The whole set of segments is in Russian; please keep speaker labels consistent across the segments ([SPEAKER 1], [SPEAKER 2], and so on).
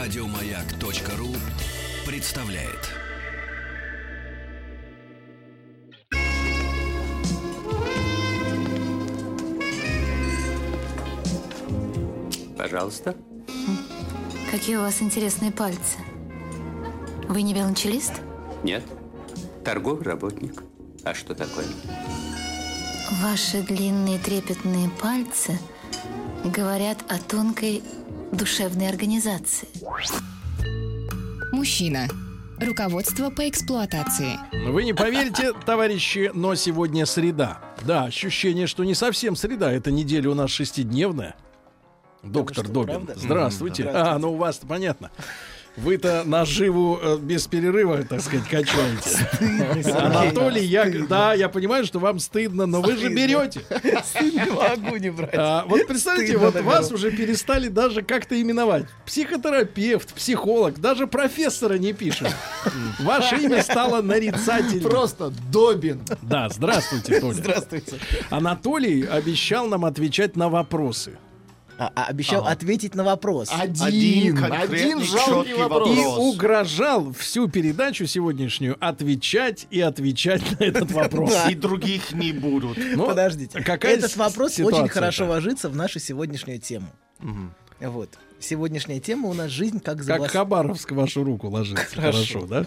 [SPEAKER 1] Радиомаяк.ру представляет.
[SPEAKER 2] Пожалуйста.
[SPEAKER 3] Какие у вас интересные пальцы. Вы не велончелист?
[SPEAKER 2] Нет. Торговый работник. А что такое?
[SPEAKER 3] Ваши длинные трепетные пальцы говорят о тонкой душевной организации.
[SPEAKER 4] Мужчина. Руководство по эксплуатации.
[SPEAKER 5] Вы не поверите, товарищи, но сегодня среда. Да, ощущение, что не совсем среда. Эта неделя у нас шестидневная. Доктор
[SPEAKER 6] что,
[SPEAKER 5] Добин,
[SPEAKER 6] правда?
[SPEAKER 5] здравствуйте. А, ну у вас-то понятно. Вы-то наживу э, без перерыва, так сказать, качаете. Анатолий, я, да, я понимаю, что вам стыдно, но вы же берете.
[SPEAKER 6] Не могу не брать.
[SPEAKER 5] А, вот представьте,
[SPEAKER 6] Стыдно,
[SPEAKER 5] вот
[SPEAKER 6] наверное.
[SPEAKER 5] вас уже перестали даже как-то именовать. Психотерапевт, психолог, даже профессора не пишет. Ваше имя стало нарицательным.
[SPEAKER 6] Просто Добин.
[SPEAKER 5] Да, здравствуйте, Толя.
[SPEAKER 6] Здравствуйте.
[SPEAKER 5] Анатолий обещал нам отвечать на вопросы.
[SPEAKER 7] А, а обещал ответить на вопрос.
[SPEAKER 6] Один. Один жалкий вопрос.
[SPEAKER 5] И угрожал всю передачу сегодняшнюю отвечать и отвечать на этот вопрос.
[SPEAKER 8] И других не будут.
[SPEAKER 5] Ну,
[SPEAKER 7] Подождите.
[SPEAKER 5] какая
[SPEAKER 7] Этот
[SPEAKER 5] с-
[SPEAKER 7] вопрос
[SPEAKER 5] ситуация-то?
[SPEAKER 7] очень хорошо ложится в нашу сегодняшнюю тему. Вот. Сегодняшняя тема у нас жизнь как за
[SPEAKER 5] Как Хабаровск в вашу руку ложится. Хорошо, да?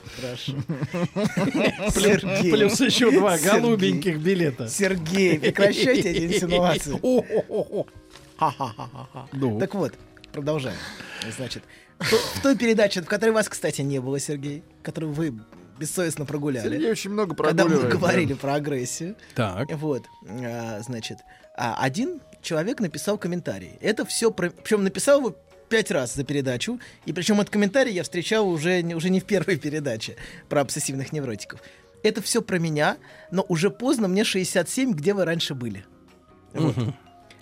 [SPEAKER 7] Сергей.
[SPEAKER 5] Плюс еще два
[SPEAKER 7] Сергей.
[SPEAKER 5] голубеньких билета.
[SPEAKER 7] Сергей, прекращайте эти инсинуации.
[SPEAKER 5] О-хо-хо-хо.
[SPEAKER 7] Ха-ха-ха-ха-ха.
[SPEAKER 5] Ну.
[SPEAKER 7] Так вот, продолжаем. Значит, в той передаче, в которой вас, кстати, не было, Сергей, которую вы бессовестно прогуляли.
[SPEAKER 8] Сергей очень много
[SPEAKER 7] когда мы
[SPEAKER 8] прогуливает, да.
[SPEAKER 7] говорили про агрессию,
[SPEAKER 5] Так.
[SPEAKER 7] Вот, а, значит, а, один человек написал комментарий. Это все, причем написал его пять раз за передачу, и причем этот комментарий я встречал уже, не- уже не в первой передаче про обсессивных невротиков. Это все про меня, но уже поздно, мне 67, где вы раньше были?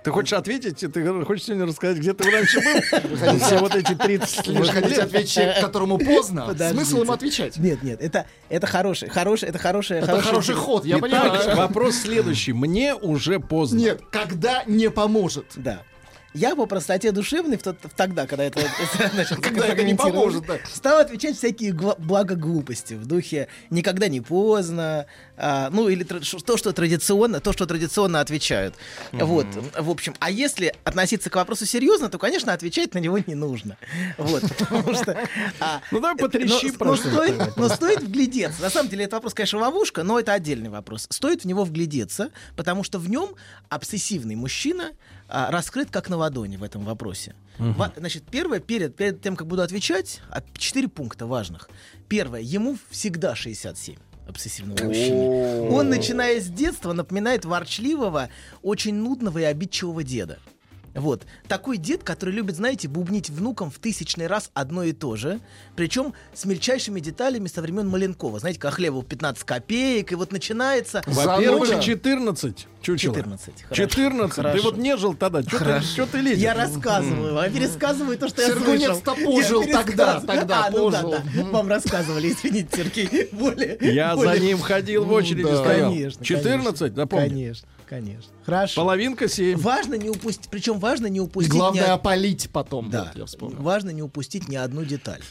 [SPEAKER 5] Ты хочешь ответить? Ты хочешь сегодня рассказать, где ты раньше был? Все вот эти 30
[SPEAKER 6] Вы
[SPEAKER 5] лишних
[SPEAKER 6] хотите
[SPEAKER 5] лет.
[SPEAKER 6] ответить человеку, которому поздно?
[SPEAKER 7] Подождите.
[SPEAKER 6] Смысл им отвечать?
[SPEAKER 7] Нет, нет, это, это хороший, хороший, это хорошая,
[SPEAKER 6] Это хороший ход, я
[SPEAKER 5] Итак,
[SPEAKER 6] понимаю.
[SPEAKER 5] вопрос следующий. Мне уже поздно.
[SPEAKER 6] Нет, когда не поможет.
[SPEAKER 7] Да. Я по простоте душевной в тот, в тогда, когда это, значит, как
[SPEAKER 6] Когда это не
[SPEAKER 7] прокомментировали,
[SPEAKER 6] поможет, да.
[SPEAKER 7] стал отвечать всякие гла- благо глупости в духе никогда не поздно, а, ну или тр- ш- то, что традиционно, то, что традиционно отвечают. Вот, в общем. А если относиться к вопросу серьезно, то, конечно, отвечать на него не нужно. Вот, потому что. а,
[SPEAKER 5] Ну, давай
[SPEAKER 7] э,
[SPEAKER 5] потрещи
[SPEAKER 7] но-
[SPEAKER 5] просто
[SPEAKER 7] но
[SPEAKER 5] на
[SPEAKER 7] стоит-
[SPEAKER 5] этот
[SPEAKER 7] но стоит вглядеться. На самом деле, это вопрос, конечно, ловушка, но это отдельный вопрос. Стоит в него вглядеться, потому что в нем обсессивный мужчина а, раскрыт как на ладони в этом вопросе. Ва- значит, первое, перед, перед тем, как буду отвечать, от- четыре пункта важных. Первое, ему всегда 67 обсессивного мужчины. Он, начиная с детства, напоминает ворчливого, очень нудного и обидчивого деда. Вот. Такой дед, который любит, знаете, бубнить внукам в тысячный раз одно и то же. Причем с мельчайшими деталями со времен Маленкова. Знаете, как хлебу 15 копеек, и вот начинается...
[SPEAKER 5] Во-первых,
[SPEAKER 6] Зануда.
[SPEAKER 5] 14. Чучело.
[SPEAKER 7] 14. хорошо.
[SPEAKER 5] 14. Ты
[SPEAKER 7] Хорошо.
[SPEAKER 5] вот не жил тогда. Что ты лезешь?
[SPEAKER 7] Я рассказываю, а пересказываю то, что я слышал.
[SPEAKER 6] Сергунец-то пожил
[SPEAKER 7] Я
[SPEAKER 6] тогда,
[SPEAKER 7] пересказываю.
[SPEAKER 6] тогда
[SPEAKER 7] а, ну да,
[SPEAKER 6] пожил.
[SPEAKER 7] да. Вам рассказывали, извините, Сергей. Более,
[SPEAKER 5] Я за
[SPEAKER 7] более-
[SPEAKER 5] ним ходил, в очереди
[SPEAKER 6] да.
[SPEAKER 5] стоял.
[SPEAKER 7] Ну Конечно,
[SPEAKER 5] 14, напомню.
[SPEAKER 7] Конечно, конечно. Хорошо.
[SPEAKER 5] Половинка 7.
[SPEAKER 7] Важно не упустить, причем важно не упустить... ни
[SPEAKER 6] Главное
[SPEAKER 7] од-
[SPEAKER 6] опалить потом.
[SPEAKER 7] Да.
[SPEAKER 6] Вот я вспомнил.
[SPEAKER 7] Важно не упустить ни одну деталь.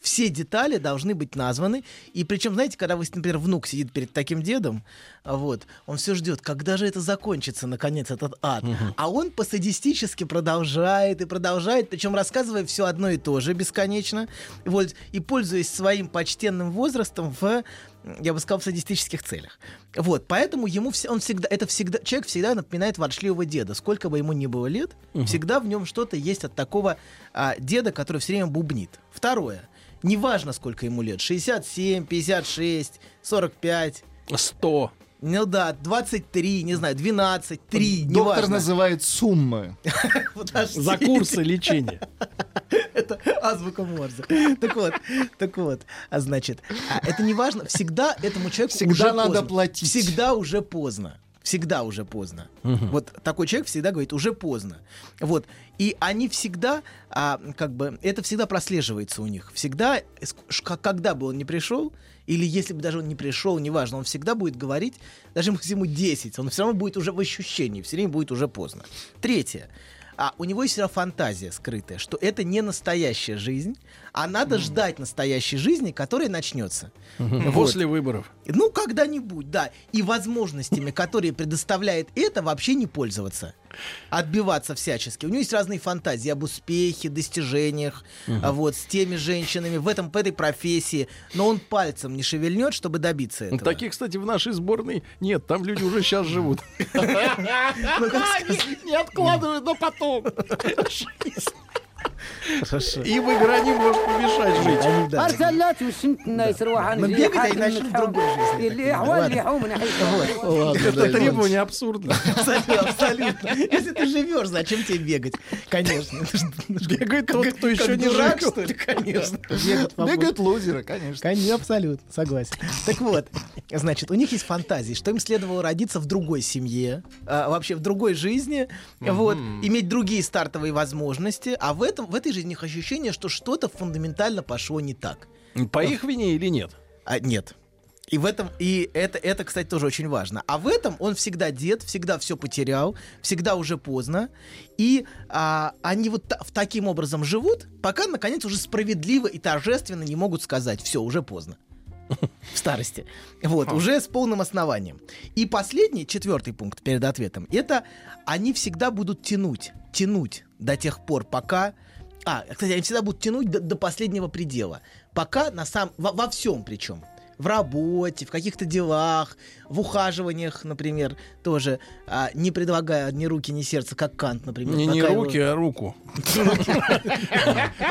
[SPEAKER 7] Все детали должны быть названы. И причем, знаете, когда вы, например, внук сидит перед таким дедом, а вот, он все ждет, когда же это закончится, наконец, этот ад. А он по-садистически продолжает и продолжает, причем рассказывая все одно и то же бесконечно. Вот, и пользуясь своим почтенным возрастом в я бы сказал, в садистических целях. Вот, поэтому ему все, он всегда, это всегда, человек всегда напоминает ворчливого деда. Сколько бы ему ни было лет, всегда в нем что-то есть от такого а, деда, который все время бубнит. Второе. Неважно, сколько ему лет. 67, 56, 45.
[SPEAKER 5] 100.
[SPEAKER 7] Ну да, 23, не знаю, 12, 3,
[SPEAKER 6] Доктор
[SPEAKER 7] неважно.
[SPEAKER 6] называет суммы.
[SPEAKER 7] Подожди.
[SPEAKER 5] За курсы лечения.
[SPEAKER 7] Это азбука Морзе. Так вот, так вот. А значит, а это не важно. Всегда этому человеку
[SPEAKER 6] Всегда
[SPEAKER 7] уже
[SPEAKER 6] надо
[SPEAKER 7] поздно.
[SPEAKER 6] платить.
[SPEAKER 7] Всегда уже поздно. Всегда уже поздно. Вот такой человек всегда говорит уже поздно. Вот и они всегда, а, как бы это всегда прослеживается у них. Всегда, эс- ш- к- когда бы он не пришел или если бы даже он не пришел, неважно, он всегда будет говорить, даже если ему 10, он все равно будет уже в ощущении, все время будет уже поздно. Третье. А, А у него есть всегда фантазия скрытая, что это не настоящая жизнь, а надо ждать настоящей жизни, которая начнется. Вот.
[SPEAKER 5] После выборов.
[SPEAKER 7] Ну, когда-нибудь, да. И возможностями, которые предоставляет это, вообще не пользоваться. Отбиваться всячески. У него есть разные фантазии об успехе, достижениях, а вот, с теми женщинами, в этом, в этой профессии. Но он пальцем не шевельнет, чтобы добиться этого.
[SPEAKER 5] Таких, кстати, в нашей сборной нет. Там люди уже сейчас живут.
[SPEAKER 6] Не откладывай на потом.
[SPEAKER 5] Им игра не может помешать жить.
[SPEAKER 7] Они, да.
[SPEAKER 8] ارسلت وشمت الناس روح
[SPEAKER 7] من بيبي دا ينشر درجة جيزة.
[SPEAKER 8] اللي احوال اللي حومنا
[SPEAKER 5] Это требование абсурдно.
[SPEAKER 7] Абсолютно, абсолютно. Если ты живешь, зачем тебе бегать? Конечно. Это ж-
[SPEAKER 5] Бегает тот, кто
[SPEAKER 7] как
[SPEAKER 5] еще не
[SPEAKER 7] дурак,
[SPEAKER 5] живет.
[SPEAKER 7] что ли? Конечно.
[SPEAKER 6] Бегают лузеры, конечно.
[SPEAKER 7] Конечно, ну, абсолютно, согласен. Так вот, значит, у них есть фантазии, что им следовало родиться в другой семье, а, вообще в другой жизни, вот, иметь другие стартовые возможности, а в, этом, в этой жизни у них ощущение, что что-то фундаментально пошло не так.
[SPEAKER 5] По их вине или нет?
[SPEAKER 7] А, нет. И в этом, и это, это, кстати, тоже очень важно. А в этом он всегда дед, всегда все потерял, всегда уже поздно. И а, они вот та- в таким образом живут, пока, наконец, уже справедливо и торжественно не могут сказать, все, уже поздно. В старости. Вот, уже с полным основанием. И последний, четвертый пункт перед ответом, это они всегда будут тянуть, тянуть до тех пор, пока... А, кстати, они всегда будут тянуть до, до последнего предела. Пока на сам... Во, во всем причем. В работе, в каких-то делах, в ухаживаниях, например, тоже, а, не предлагая ни руки, ни сердца, как Кант, например.
[SPEAKER 5] Не, не
[SPEAKER 7] Такая
[SPEAKER 5] руки,
[SPEAKER 7] вот-
[SPEAKER 5] а руку.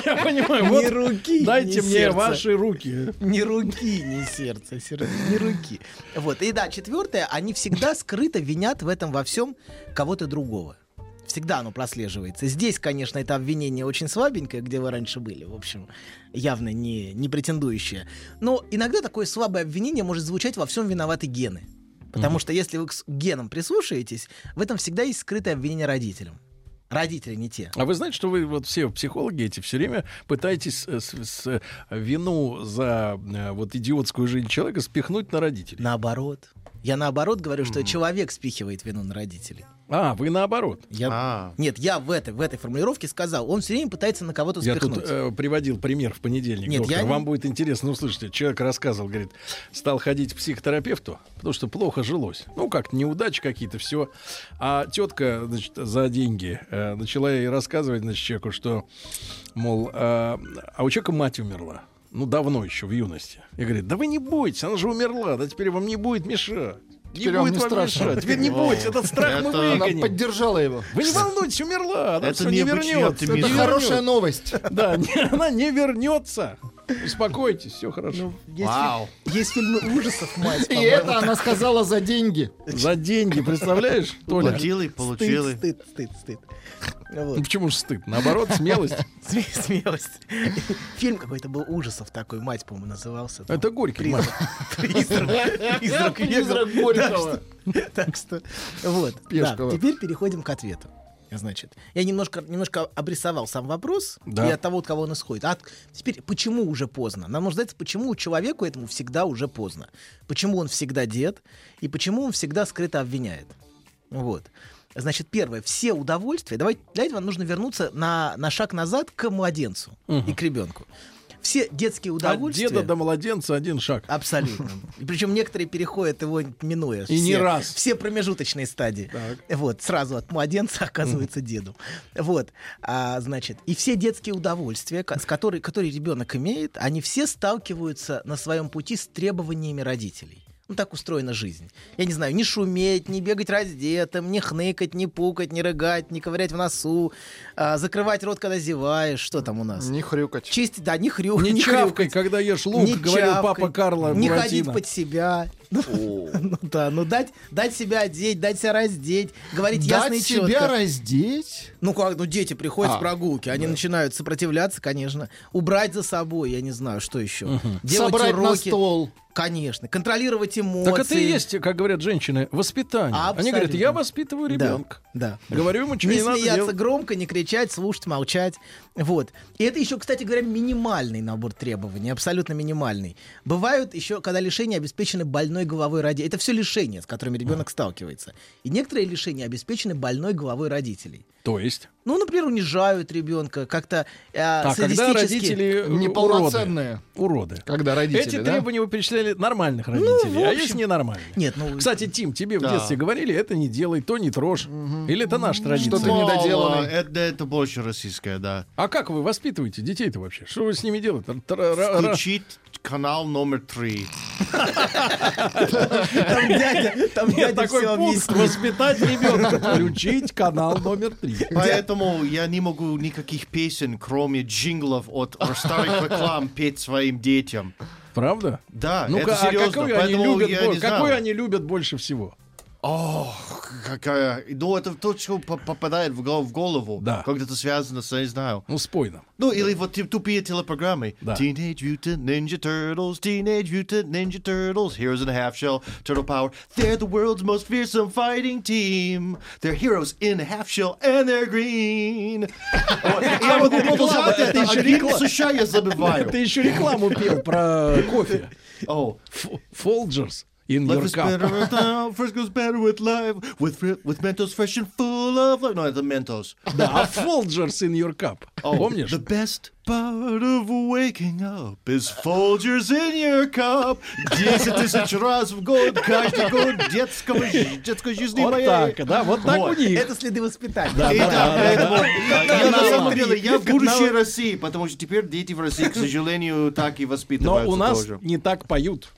[SPEAKER 5] Я понимаю, вот
[SPEAKER 7] Ни руки,
[SPEAKER 5] дайте
[SPEAKER 7] ни
[SPEAKER 5] мне
[SPEAKER 7] сердца.
[SPEAKER 5] ваши руки.
[SPEAKER 7] Ни руки, ни сердца, сер- ни руки. Вот. И да, четвертое, они всегда скрыто винят в этом во всем кого-то другого. Всегда оно прослеживается. Здесь, конечно, это обвинение очень слабенькое, где вы раньше были, в общем, явно не, не претендующее. Но иногда такое слабое обвинение может звучать во всем виноваты гены. Потому что если вы к с- к генам прислушаетесь, в этом всегда есть скрытое обвинение родителям. Родители не те.
[SPEAKER 5] А вы знаете, что вы вот все психологи эти все время пытаетесь э, с, с вину за э, вот идиотскую жизнь человека спихнуть на родителей?
[SPEAKER 7] Наоборот. Я наоборот говорю, что человек спихивает вину на родителей.
[SPEAKER 5] А, вы наоборот.
[SPEAKER 7] Я
[SPEAKER 6] А.
[SPEAKER 7] Нет, я в этой, в этой формулировке сказал, он все время пытается на кого-то
[SPEAKER 5] Я
[SPEAKER 7] спихнуть.
[SPEAKER 5] тут э, приводил пример в понедельник.
[SPEAKER 7] Нет,
[SPEAKER 5] доктор.
[SPEAKER 7] я не-
[SPEAKER 5] Вам будет интересно услышать. Человек рассказывал, говорит, стал ходить к психотерапевту, потому что плохо жилось. Ну, как неудачи какие-то, все. А тетка, значит, за деньги э, начала ей рассказывать, значит, человеку, что, мол, э, а у человека мать умерла. Ну, давно еще, в юности. И говорит, да вы не бойтесь, она же умерла, да теперь вам не будет мешать.
[SPEAKER 6] Теперь
[SPEAKER 5] не
[SPEAKER 6] вам
[SPEAKER 5] будет
[SPEAKER 6] не
[SPEAKER 5] вам
[SPEAKER 6] страшно.
[SPEAKER 5] мешать. Теперь не бойтесь, этот страх мы
[SPEAKER 6] Это она
[SPEAKER 5] выгоним.
[SPEAKER 6] поддержала его.
[SPEAKER 5] Вы не волнуйтесь, умерла, она
[SPEAKER 9] Это
[SPEAKER 5] всё не
[SPEAKER 9] необычный
[SPEAKER 5] вернется.
[SPEAKER 9] оптимизм.
[SPEAKER 5] не
[SPEAKER 6] Это хорошая
[SPEAKER 5] вернется».
[SPEAKER 6] новость.
[SPEAKER 5] Да, не- она не вернется. Успокойтесь, все хорошо.
[SPEAKER 7] Есть, фи- есть фильмы ужасов, мать,
[SPEAKER 6] И
[SPEAKER 7] по-моему.
[SPEAKER 6] это она сказала за деньги.
[SPEAKER 5] За деньги, представляешь, Толя?
[SPEAKER 9] Платила и получила.
[SPEAKER 7] Стыд, стыд, стыд, стыд.
[SPEAKER 5] Ну
[SPEAKER 7] Вот.
[SPEAKER 5] почему же стыд? Наоборот, смелость.
[SPEAKER 7] Сме- Смелость. Фильм какой-то был ужасов такой, мать, по-моему, назывался. там.
[SPEAKER 5] Это горький. мать.
[SPEAKER 7] Призрак. Призрак
[SPEAKER 6] Призрак
[SPEAKER 7] века.
[SPEAKER 6] Горького.
[SPEAKER 7] Так что, вот. Да,
[SPEAKER 6] Пешкова.
[SPEAKER 7] теперь переходим к ответу. Значит, я немножко, немножко обрисовал сам вопрос
[SPEAKER 5] Да.
[SPEAKER 7] и от того, от кого он исходит. А от- теперь, почему уже поздно? Нам нужно знать, почему человеку этому всегда уже поздно. Почему он всегда дед и почему он всегда скрыто обвиняет. Вот. Значит, первое, все удовольствия. Давайте для этого нужно вернуться на, на шаг назад к младенцу и к ребенку. Все детские
[SPEAKER 5] От
[SPEAKER 7] удовольствия.
[SPEAKER 5] А деда до младенца один шаг.
[SPEAKER 7] А Абсолютно. И причем некоторые переходят его минуя.
[SPEAKER 5] И не раз.
[SPEAKER 7] Все промежуточные стадии. Вот, сразу от младенца оказывается дедом. Вот, а, значит, и все детские удовольствия, ко- с которые, которые ребенок имеет, они все сталкиваются на своем пути с требованиями родителей. Ну, так устроена жизнь. Я не знаю, не шуметь, не бегать раздетым, не хныкать, не пукать, не рыгать, не ковырять в носу, а, закрывать рот, когда зеваешь. Что там у нас?
[SPEAKER 6] Не хрюкать.
[SPEAKER 7] Чистить, да, не хрю,
[SPEAKER 5] Не чавкой,
[SPEAKER 7] хрюкать.
[SPEAKER 5] когда ешь лук,
[SPEAKER 7] Не
[SPEAKER 5] говорил
[SPEAKER 7] чавкать,
[SPEAKER 5] папа Карло
[SPEAKER 7] Не ходить
[SPEAKER 5] Буратино.
[SPEAKER 7] под себя. Ну, ну да, ну дать, дать себя одеть, дать себя раздеть, говорить ясно и
[SPEAKER 6] Дать
[SPEAKER 7] четко.
[SPEAKER 6] себя раздеть.
[SPEAKER 7] Ну как, ну дети приходят
[SPEAKER 6] А,
[SPEAKER 7] с прогулки, они начинают сопротивляться, конечно. Убрать за собой, я не знаю, что еще. Делать
[SPEAKER 6] Собрать на
[SPEAKER 7] уроки.
[SPEAKER 6] стол.
[SPEAKER 7] Конечно. Контролировать эмоции.
[SPEAKER 5] Так это и есть, как говорят женщины, воспитание. Они говорят,
[SPEAKER 7] Абсолютно.
[SPEAKER 5] я воспитываю
[SPEAKER 7] Да,
[SPEAKER 5] ребенка.
[SPEAKER 7] да.
[SPEAKER 5] Говорю ему, что
[SPEAKER 7] не
[SPEAKER 5] не надо
[SPEAKER 7] смеяться
[SPEAKER 5] делать.
[SPEAKER 7] громко, не кричать, слушать, молчать. Вот. И это еще, кстати говоря, минимальный набор требований, абсолютно минимальный. Бывают еще, когда лишения обеспечены больной больной головой родителей. Это все лишения, с которыми ребенок сталкивается. И некоторые лишения обеспечены больной головой родителей.
[SPEAKER 5] То есть,
[SPEAKER 7] Ну, например, унижают ребенка как-то э,
[SPEAKER 5] а когда
[SPEAKER 7] садистически.
[SPEAKER 5] родители э,
[SPEAKER 6] Неполноценные.
[SPEAKER 5] уроды? уроды.
[SPEAKER 6] Когда родители,
[SPEAKER 5] Эти
[SPEAKER 6] да?
[SPEAKER 5] требования вы перечисляли нормальных родителей,
[SPEAKER 7] в
[SPEAKER 5] а
[SPEAKER 7] общем-
[SPEAKER 5] есть ненормальные.
[SPEAKER 7] Нет, ну...
[SPEAKER 5] Кстати, Тим, тебе в
[SPEAKER 9] Да.
[SPEAKER 5] детстве говорили, это не делай, то не трожь. Или это наша традиция?
[SPEAKER 6] Что-то не- недоделанный.
[SPEAKER 9] Мало, Это, это больше российское, да.
[SPEAKER 5] А как вы воспитываете детей-то вообще? Что вы с ними делаете? Р- р- р- р-
[SPEAKER 9] Включить канал номер три.
[SPEAKER 7] Там дядя, там
[SPEAKER 5] Нет,
[SPEAKER 7] дядя
[SPEAKER 5] такой
[SPEAKER 7] все
[SPEAKER 5] пункт
[SPEAKER 7] объяснил.
[SPEAKER 5] воспитать ребенка. Включить канал номер три.
[SPEAKER 9] Поэтому я не могу никаких песен, кроме джинглов от старых реклам, петь своим детям.
[SPEAKER 5] Правда?
[SPEAKER 9] Да,
[SPEAKER 5] Ну-ка,
[SPEAKER 9] это
[SPEAKER 5] а
[SPEAKER 9] серьезно.
[SPEAKER 5] какой они,
[SPEAKER 9] поэтому
[SPEAKER 5] любят,
[SPEAKER 9] я
[SPEAKER 5] бо-
[SPEAKER 9] не
[SPEAKER 5] какой
[SPEAKER 9] знаю.
[SPEAKER 5] они любят больше всего?
[SPEAKER 9] Ох, какая... Ну, это то, что по- попадает в гол- в голову.
[SPEAKER 5] Да.
[SPEAKER 9] Когда это связано с, я не знаю,
[SPEAKER 5] Ну, спой нам.
[SPEAKER 9] Ну, или вот те тупые телепрограммы.
[SPEAKER 5] Да.
[SPEAKER 9] Teenage Mutant Ninja Turtles, Teenage Mutant Ninja Turtles, Heroes in a Half Shell, Turtle Power. They're the world's most fearsome fighting team. They're heroes in a half shell and they're green. Вот. Я могу продолжать это, а гимн США я забываю.
[SPEAKER 5] Ты еще рекламу пел про кофе.
[SPEAKER 9] О,
[SPEAKER 5] Ф- Folgers in
[SPEAKER 9] Oh. Life
[SPEAKER 5] your
[SPEAKER 9] is
[SPEAKER 5] cup.
[SPEAKER 9] better with now, first goes better with life, with, fr- with Mentos fresh and full of life. No, это Mentos.
[SPEAKER 5] Да, а Folgers in your cup. Помнишь?
[SPEAKER 9] Oh, The best part of waking up is Folgers in your cup. 10 тысяч раз в год, каждый год детского, жи- детской жизни
[SPEAKER 5] Вот
[SPEAKER 9] моей.
[SPEAKER 5] так, да, вот так у
[SPEAKER 9] Вот.
[SPEAKER 5] них.
[SPEAKER 7] Это следы воспитания.
[SPEAKER 9] Итак, поэтому я на
[SPEAKER 7] канала.
[SPEAKER 9] самом деле, я в
[SPEAKER 7] Канала.
[SPEAKER 9] будущей России, потому что теперь дети в России, к сожалению, так и
[SPEAKER 5] Но
[SPEAKER 9] воспитываются
[SPEAKER 5] у нас
[SPEAKER 9] тоже.
[SPEAKER 5] не так поют.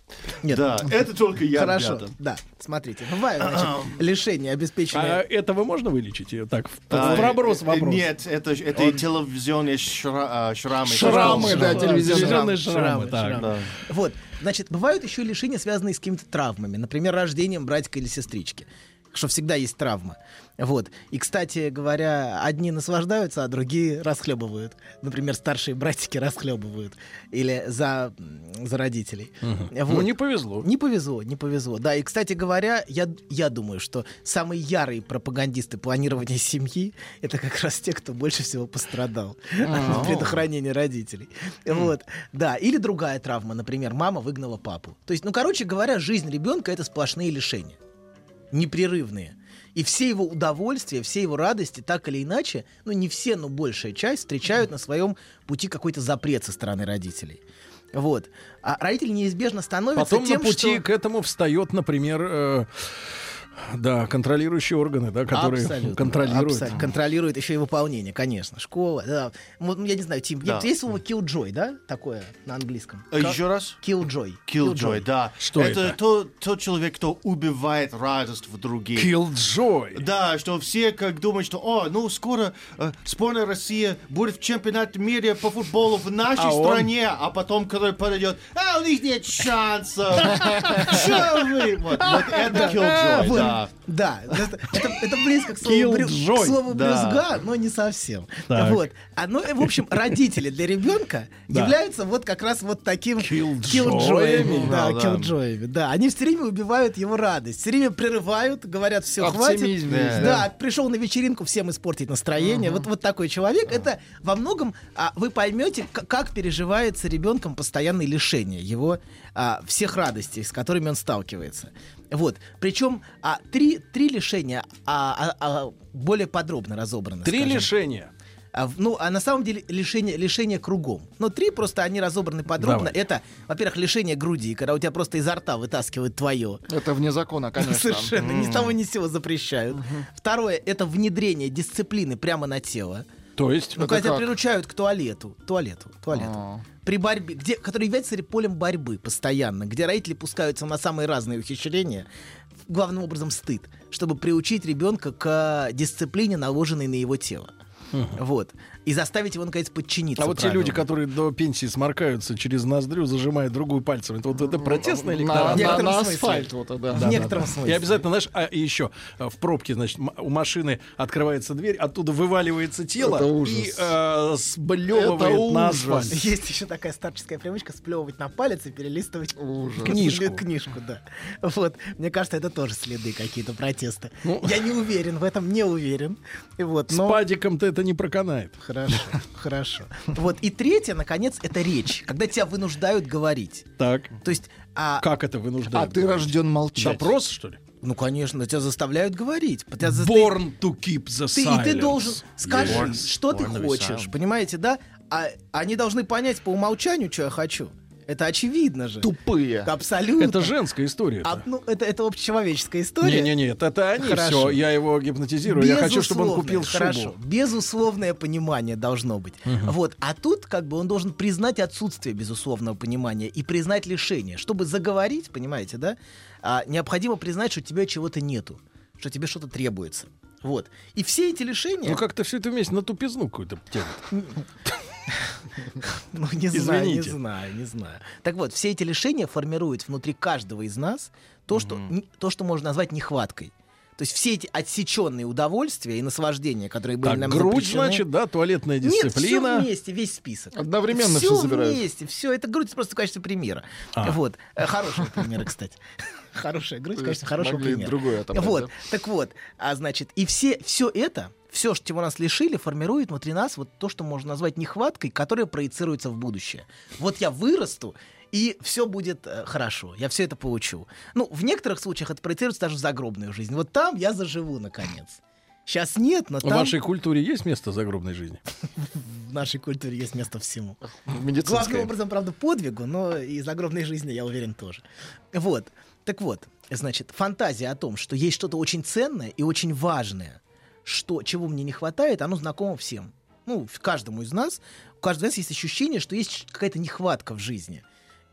[SPEAKER 7] Нет,
[SPEAKER 9] Да, это только я,
[SPEAKER 7] Хорошо,
[SPEAKER 9] ребята.
[SPEAKER 7] да, смотрите, бывают, значит, лишения
[SPEAKER 5] А
[SPEAKER 7] обеспеченные.
[SPEAKER 5] этого можно вылечить? Я Так, в
[SPEAKER 9] А,
[SPEAKER 5] в проброс
[SPEAKER 9] э, э,
[SPEAKER 5] вопрос.
[SPEAKER 9] Нет, это, ж- это телевизионные шра- а, шрамы.
[SPEAKER 6] Шрамы, да,
[SPEAKER 5] Да,
[SPEAKER 6] телевизионные.
[SPEAKER 5] телевизионные шрамы.
[SPEAKER 7] Шрамы,
[SPEAKER 5] так.
[SPEAKER 7] шрамы. Вот, значит, бывают еще лишения, связанные с какими-то травмами, например, рождением братика или сестрички, что всегда есть травма. Вот. И, кстати говоря, одни наслаждаются, а другие расхлебывают. Например, старшие братики расхлебывают. Или за, м, за родителей. Вот.
[SPEAKER 5] Ну, не повезло.
[SPEAKER 7] Не повезло, не повезло. Да, и, кстати говоря, я, я думаю, что самые ярые пропагандисты планирования семьи — это как раз те, кто больше всего пострадал
[SPEAKER 5] А.
[SPEAKER 7] от предохранения родителей. Вот, да. Или другая травма, например, мама выгнала папу. То есть, ну, короче говоря, жизнь ребенка — это сплошные лишения. Непрерывные. И все его удовольствия, все его радости, так или иначе, ну не все, но большая часть, встречают на своем пути какой-то запрет со стороны родителей. Вот. А родители неизбежно становятся
[SPEAKER 5] Потом
[SPEAKER 7] тем,
[SPEAKER 5] на пути
[SPEAKER 7] что...
[SPEAKER 5] к этому встает, например, э, да, контролирующие органы, да, которые
[SPEAKER 7] Абсолютно,
[SPEAKER 5] контролируют.
[SPEAKER 7] абсолютно. Контролирует еще и выполнение, конечно. Школа, да. Вот, ну, я не знаю, Тим,
[SPEAKER 9] Да.
[SPEAKER 7] есть слово killjoy, да, такое на английском?
[SPEAKER 9] А Еще раз.
[SPEAKER 7] Killjoy.
[SPEAKER 9] Killjoy, да.
[SPEAKER 5] Что это?
[SPEAKER 9] то- тот человек, кто убивает радость в других.
[SPEAKER 5] Killjoy.
[SPEAKER 9] Да, что все как думают, что, о, ну скоро э, сборная России будет в чемпионате мира по футболу в нашей
[SPEAKER 5] А он?
[SPEAKER 9] стране, а потом, когда подойдет, а у них нет шансов. Чё вы?» Вот вот это
[SPEAKER 7] А,
[SPEAKER 9] Killjoy,
[SPEAKER 7] вот,
[SPEAKER 9] да.
[SPEAKER 7] да, это, это- это близко к слову, брю-
[SPEAKER 5] Killjoy,
[SPEAKER 7] к слову
[SPEAKER 9] да.
[SPEAKER 7] брюзга, но не совсем.
[SPEAKER 5] Так.
[SPEAKER 7] Вот. А, ну, и, в общем, родители для ребенка являются вот как раз вот таким
[SPEAKER 5] Killjoy-ами.
[SPEAKER 7] киллджоями. Да,
[SPEAKER 9] Да, да.
[SPEAKER 7] killjoy-ами, да. Они все время убивают его радость, все время прерывают, говорят, все, хватит.
[SPEAKER 6] Оптимизм
[SPEAKER 9] Да.
[SPEAKER 6] есть,
[SPEAKER 7] Да, пришел на вечеринку всем испортить настроение. Вот, вот такой человек. Это во многом а, вы поймете, к- как переживается ребенком постоянное лишение его а, всех радостей, с которыми он сталкивается. Вот. Причем а, три, три лишения а, а, а, более подробно разобраны.
[SPEAKER 5] Три
[SPEAKER 7] скажем.
[SPEAKER 5] лишения.
[SPEAKER 7] А, в- ну, а на самом деле лишение, лишение кругом. Но три просто они разобраны подробно.
[SPEAKER 5] Давайте.
[SPEAKER 7] Это, во-первых, лишение груди, когда у тебя просто изо рта вытаскивают твое.
[SPEAKER 6] Это вне закона, конечно.
[SPEAKER 7] Совершенно ни с того ни с сего запрещают. Второе это внедрение дисциплины прямо на тело.
[SPEAKER 5] То есть,
[SPEAKER 7] Ну, когда тебя
[SPEAKER 6] как?
[SPEAKER 7] приручают к туалету, туалету, туалету.
[SPEAKER 5] А.
[SPEAKER 7] При борьбе, где, который является ре- полем борьбы постоянно, где родители пускаются на самые разные ухищрения, главным образом стыд, чтобы приучить ребенка к э, дисциплине, наложенной на его тело. Вот. И заставить его, наконец, подчиниться.
[SPEAKER 5] а вот те
[SPEAKER 7] правилам.
[SPEAKER 5] люди, которые до пенсии сморкаются через ноздрю, зажимая другую пальцем, это вот это протестный
[SPEAKER 6] На,
[SPEAKER 5] электорат?
[SPEAKER 7] Да.
[SPEAKER 6] на- на
[SPEAKER 7] некотором смысле.
[SPEAKER 6] асфальт вот это.
[SPEAKER 7] В некотором смысле.
[SPEAKER 5] И обязательно, знаешь, а и еще а, в пробке, значит, м- у машины открывается дверь, оттуда вываливается тело
[SPEAKER 6] Это ужас.
[SPEAKER 5] и э, сблевывает
[SPEAKER 6] Это
[SPEAKER 5] на
[SPEAKER 6] ужас.
[SPEAKER 5] асфальт.
[SPEAKER 7] Есть еще такая старческая привычка сплевывать на палец и перелистывать
[SPEAKER 6] Ужас.
[SPEAKER 5] Книжку.
[SPEAKER 7] Книжку, да. Вот. Мне кажется, это тоже следы какие-то протеста.
[SPEAKER 5] Ну.
[SPEAKER 7] Я не уверен в этом, не уверен. И Вот,
[SPEAKER 5] С
[SPEAKER 7] но...
[SPEAKER 5] падиком-то это это не проканает.
[SPEAKER 7] Хорошо, хорошо. Вот, и третье, наконец, это речь, когда тебя вынуждают говорить.
[SPEAKER 5] Так.
[SPEAKER 7] То есть, а,
[SPEAKER 5] Как это
[SPEAKER 6] А
[SPEAKER 5] вынуждает?
[SPEAKER 6] ты рожден молчать.
[SPEAKER 5] Допрос, что ли?
[SPEAKER 7] ну, конечно, тебя заставляют говорить. Тебя заста-
[SPEAKER 5] Born to keep the
[SPEAKER 7] ты, и
[SPEAKER 5] silence.
[SPEAKER 7] ты должен скажи,
[SPEAKER 9] Born-
[SPEAKER 7] что ты
[SPEAKER 9] born to be
[SPEAKER 7] хочешь,
[SPEAKER 9] silent.
[SPEAKER 7] понимаете, да? А они должны понять по умолчанию, что я хочу. Это очевидно же.
[SPEAKER 6] Тупые.
[SPEAKER 7] Абсолютно.
[SPEAKER 5] Это женская история.
[SPEAKER 7] А, ну, это, это общечеловеческая история.
[SPEAKER 5] Не-не-не, это, это они
[SPEAKER 7] Хорошо.
[SPEAKER 5] все. Я его гипнотизирую. Я хочу, чтобы он
[SPEAKER 7] Безусловное,
[SPEAKER 5] купил
[SPEAKER 7] Хорошо.
[SPEAKER 5] шубу.
[SPEAKER 7] Безусловное понимание должно быть. Вот. А тут как бы он должен признать отсутствие безусловного понимания и признать лишение. Чтобы заговорить, понимаете, да, а, необходимо признать, что у тебя чего-то нету, что тебе что-то требуется. Вот. И все эти лишения...
[SPEAKER 5] Ну как-то все это вместе на тупизну какую-то тянет.
[SPEAKER 7] Ну, не знаю, не
[SPEAKER 5] Извините.
[SPEAKER 7] знаю, не знаю. Так вот, все эти лишения формируют внутри каждого из нас то, что, н- то, что можно назвать нехваткой. То есть все эти отсеченные удовольствия и наслаждения, которые были
[SPEAKER 5] Так,
[SPEAKER 7] нам
[SPEAKER 5] грудь,
[SPEAKER 7] запрещены-
[SPEAKER 5] значит, да, туалетная
[SPEAKER 7] Нет, все
[SPEAKER 5] дисциплина.
[SPEAKER 7] вместе, весь список.
[SPEAKER 6] Одновременно все забирают.
[SPEAKER 7] вместе, все. Это грудь просто в качестве примера.
[SPEAKER 5] А.
[SPEAKER 7] Вот. Э, Хорошего примера, кстати. Хорошая грудь,
[SPEAKER 6] То
[SPEAKER 7] конечно,
[SPEAKER 6] есть
[SPEAKER 7] хорошего
[SPEAKER 6] могли и
[SPEAKER 7] примера.
[SPEAKER 6] другое отобрать,
[SPEAKER 7] Вот.
[SPEAKER 6] да?
[SPEAKER 7] Так вот, а значит, и все, все это, все, чего нас лишили, формирует внутри нас вот то, что можно назвать нехваткой, которая проецируется в будущее. Вот я вырасту, и все будет э, хорошо. Я все это получу. Ну, в некоторых случаях это проецируется даже в загробную жизнь. Вот там я заживу, наконец. Сейчас нет, но
[SPEAKER 5] В
[SPEAKER 7] там
[SPEAKER 5] вашей культуре есть место загробной жизни?
[SPEAKER 7] в нашей культуре есть место всему. Главным
[SPEAKER 6] Медицинская.
[SPEAKER 7] образом, правда, подвигу, но из огромной жизни, я уверен, тоже. Вот. Так вот, значит, фантазия о том, что есть что-то очень ценное и очень важное, что, чего мне не хватает, оно знакомо всем. Ну, в- каждому из нас, у каждого из нас есть ощущение, что есть какая-то нехватка в жизни.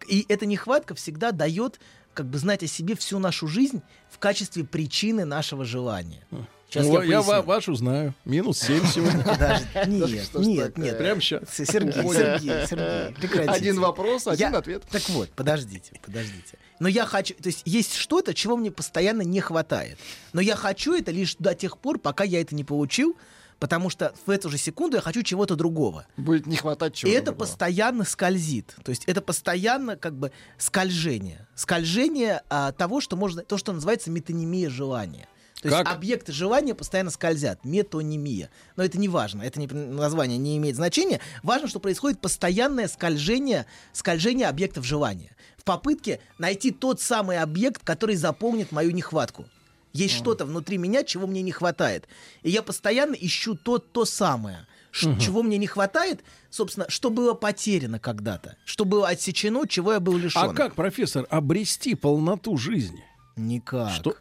[SPEAKER 7] И эта нехватка всегда дает как бы знать о себе всю нашу жизнь в качестве причины нашего желания. Сейчас
[SPEAKER 5] Ну, я
[SPEAKER 7] поясню.
[SPEAKER 5] ва- вашу знаю. Минус 7 сегодня.
[SPEAKER 7] Подожди, нет,
[SPEAKER 6] Ну что ж
[SPEAKER 7] нет,
[SPEAKER 6] такое?
[SPEAKER 7] нет.
[SPEAKER 5] Прямо сейчас.
[SPEAKER 7] С- Сергей, Сергей, Сергей, прекратите.
[SPEAKER 6] Один вопрос, один
[SPEAKER 7] Я-
[SPEAKER 6] ответ.
[SPEAKER 7] Так вот, подождите, подождите. Но я хочу, то есть есть что-то, чего мне постоянно не хватает. Но я хочу это лишь до тех пор, пока я это не получил, потому что в эту же секунду я хочу чего-то другого.
[SPEAKER 6] Будет не хватать
[SPEAKER 7] И
[SPEAKER 6] чего-то.
[SPEAKER 7] это
[SPEAKER 6] другого.
[SPEAKER 7] постоянно скользит. То есть это постоянно как бы скольжение. Скольжение а, того, что можно, то, что называется метанимия желания. То есть
[SPEAKER 5] Как?
[SPEAKER 7] объекты желания постоянно скользят. Метонимия. Но это не важно. Это не, название не имеет значения. Важно, что происходит постоянное скольжение, скольжение объектов желания. В попытке найти тот самый объект, который заполнит мою нехватку. Есть что-то внутри меня, чего мне не хватает. И я постоянно ищу то, то самое. Ш- Чего мне не хватает, собственно, что было потеряно когда-то, что было отсечено, чего я был лишен.
[SPEAKER 5] А как, профессор, обрести полноту жизни?
[SPEAKER 7] Никак.
[SPEAKER 5] Что?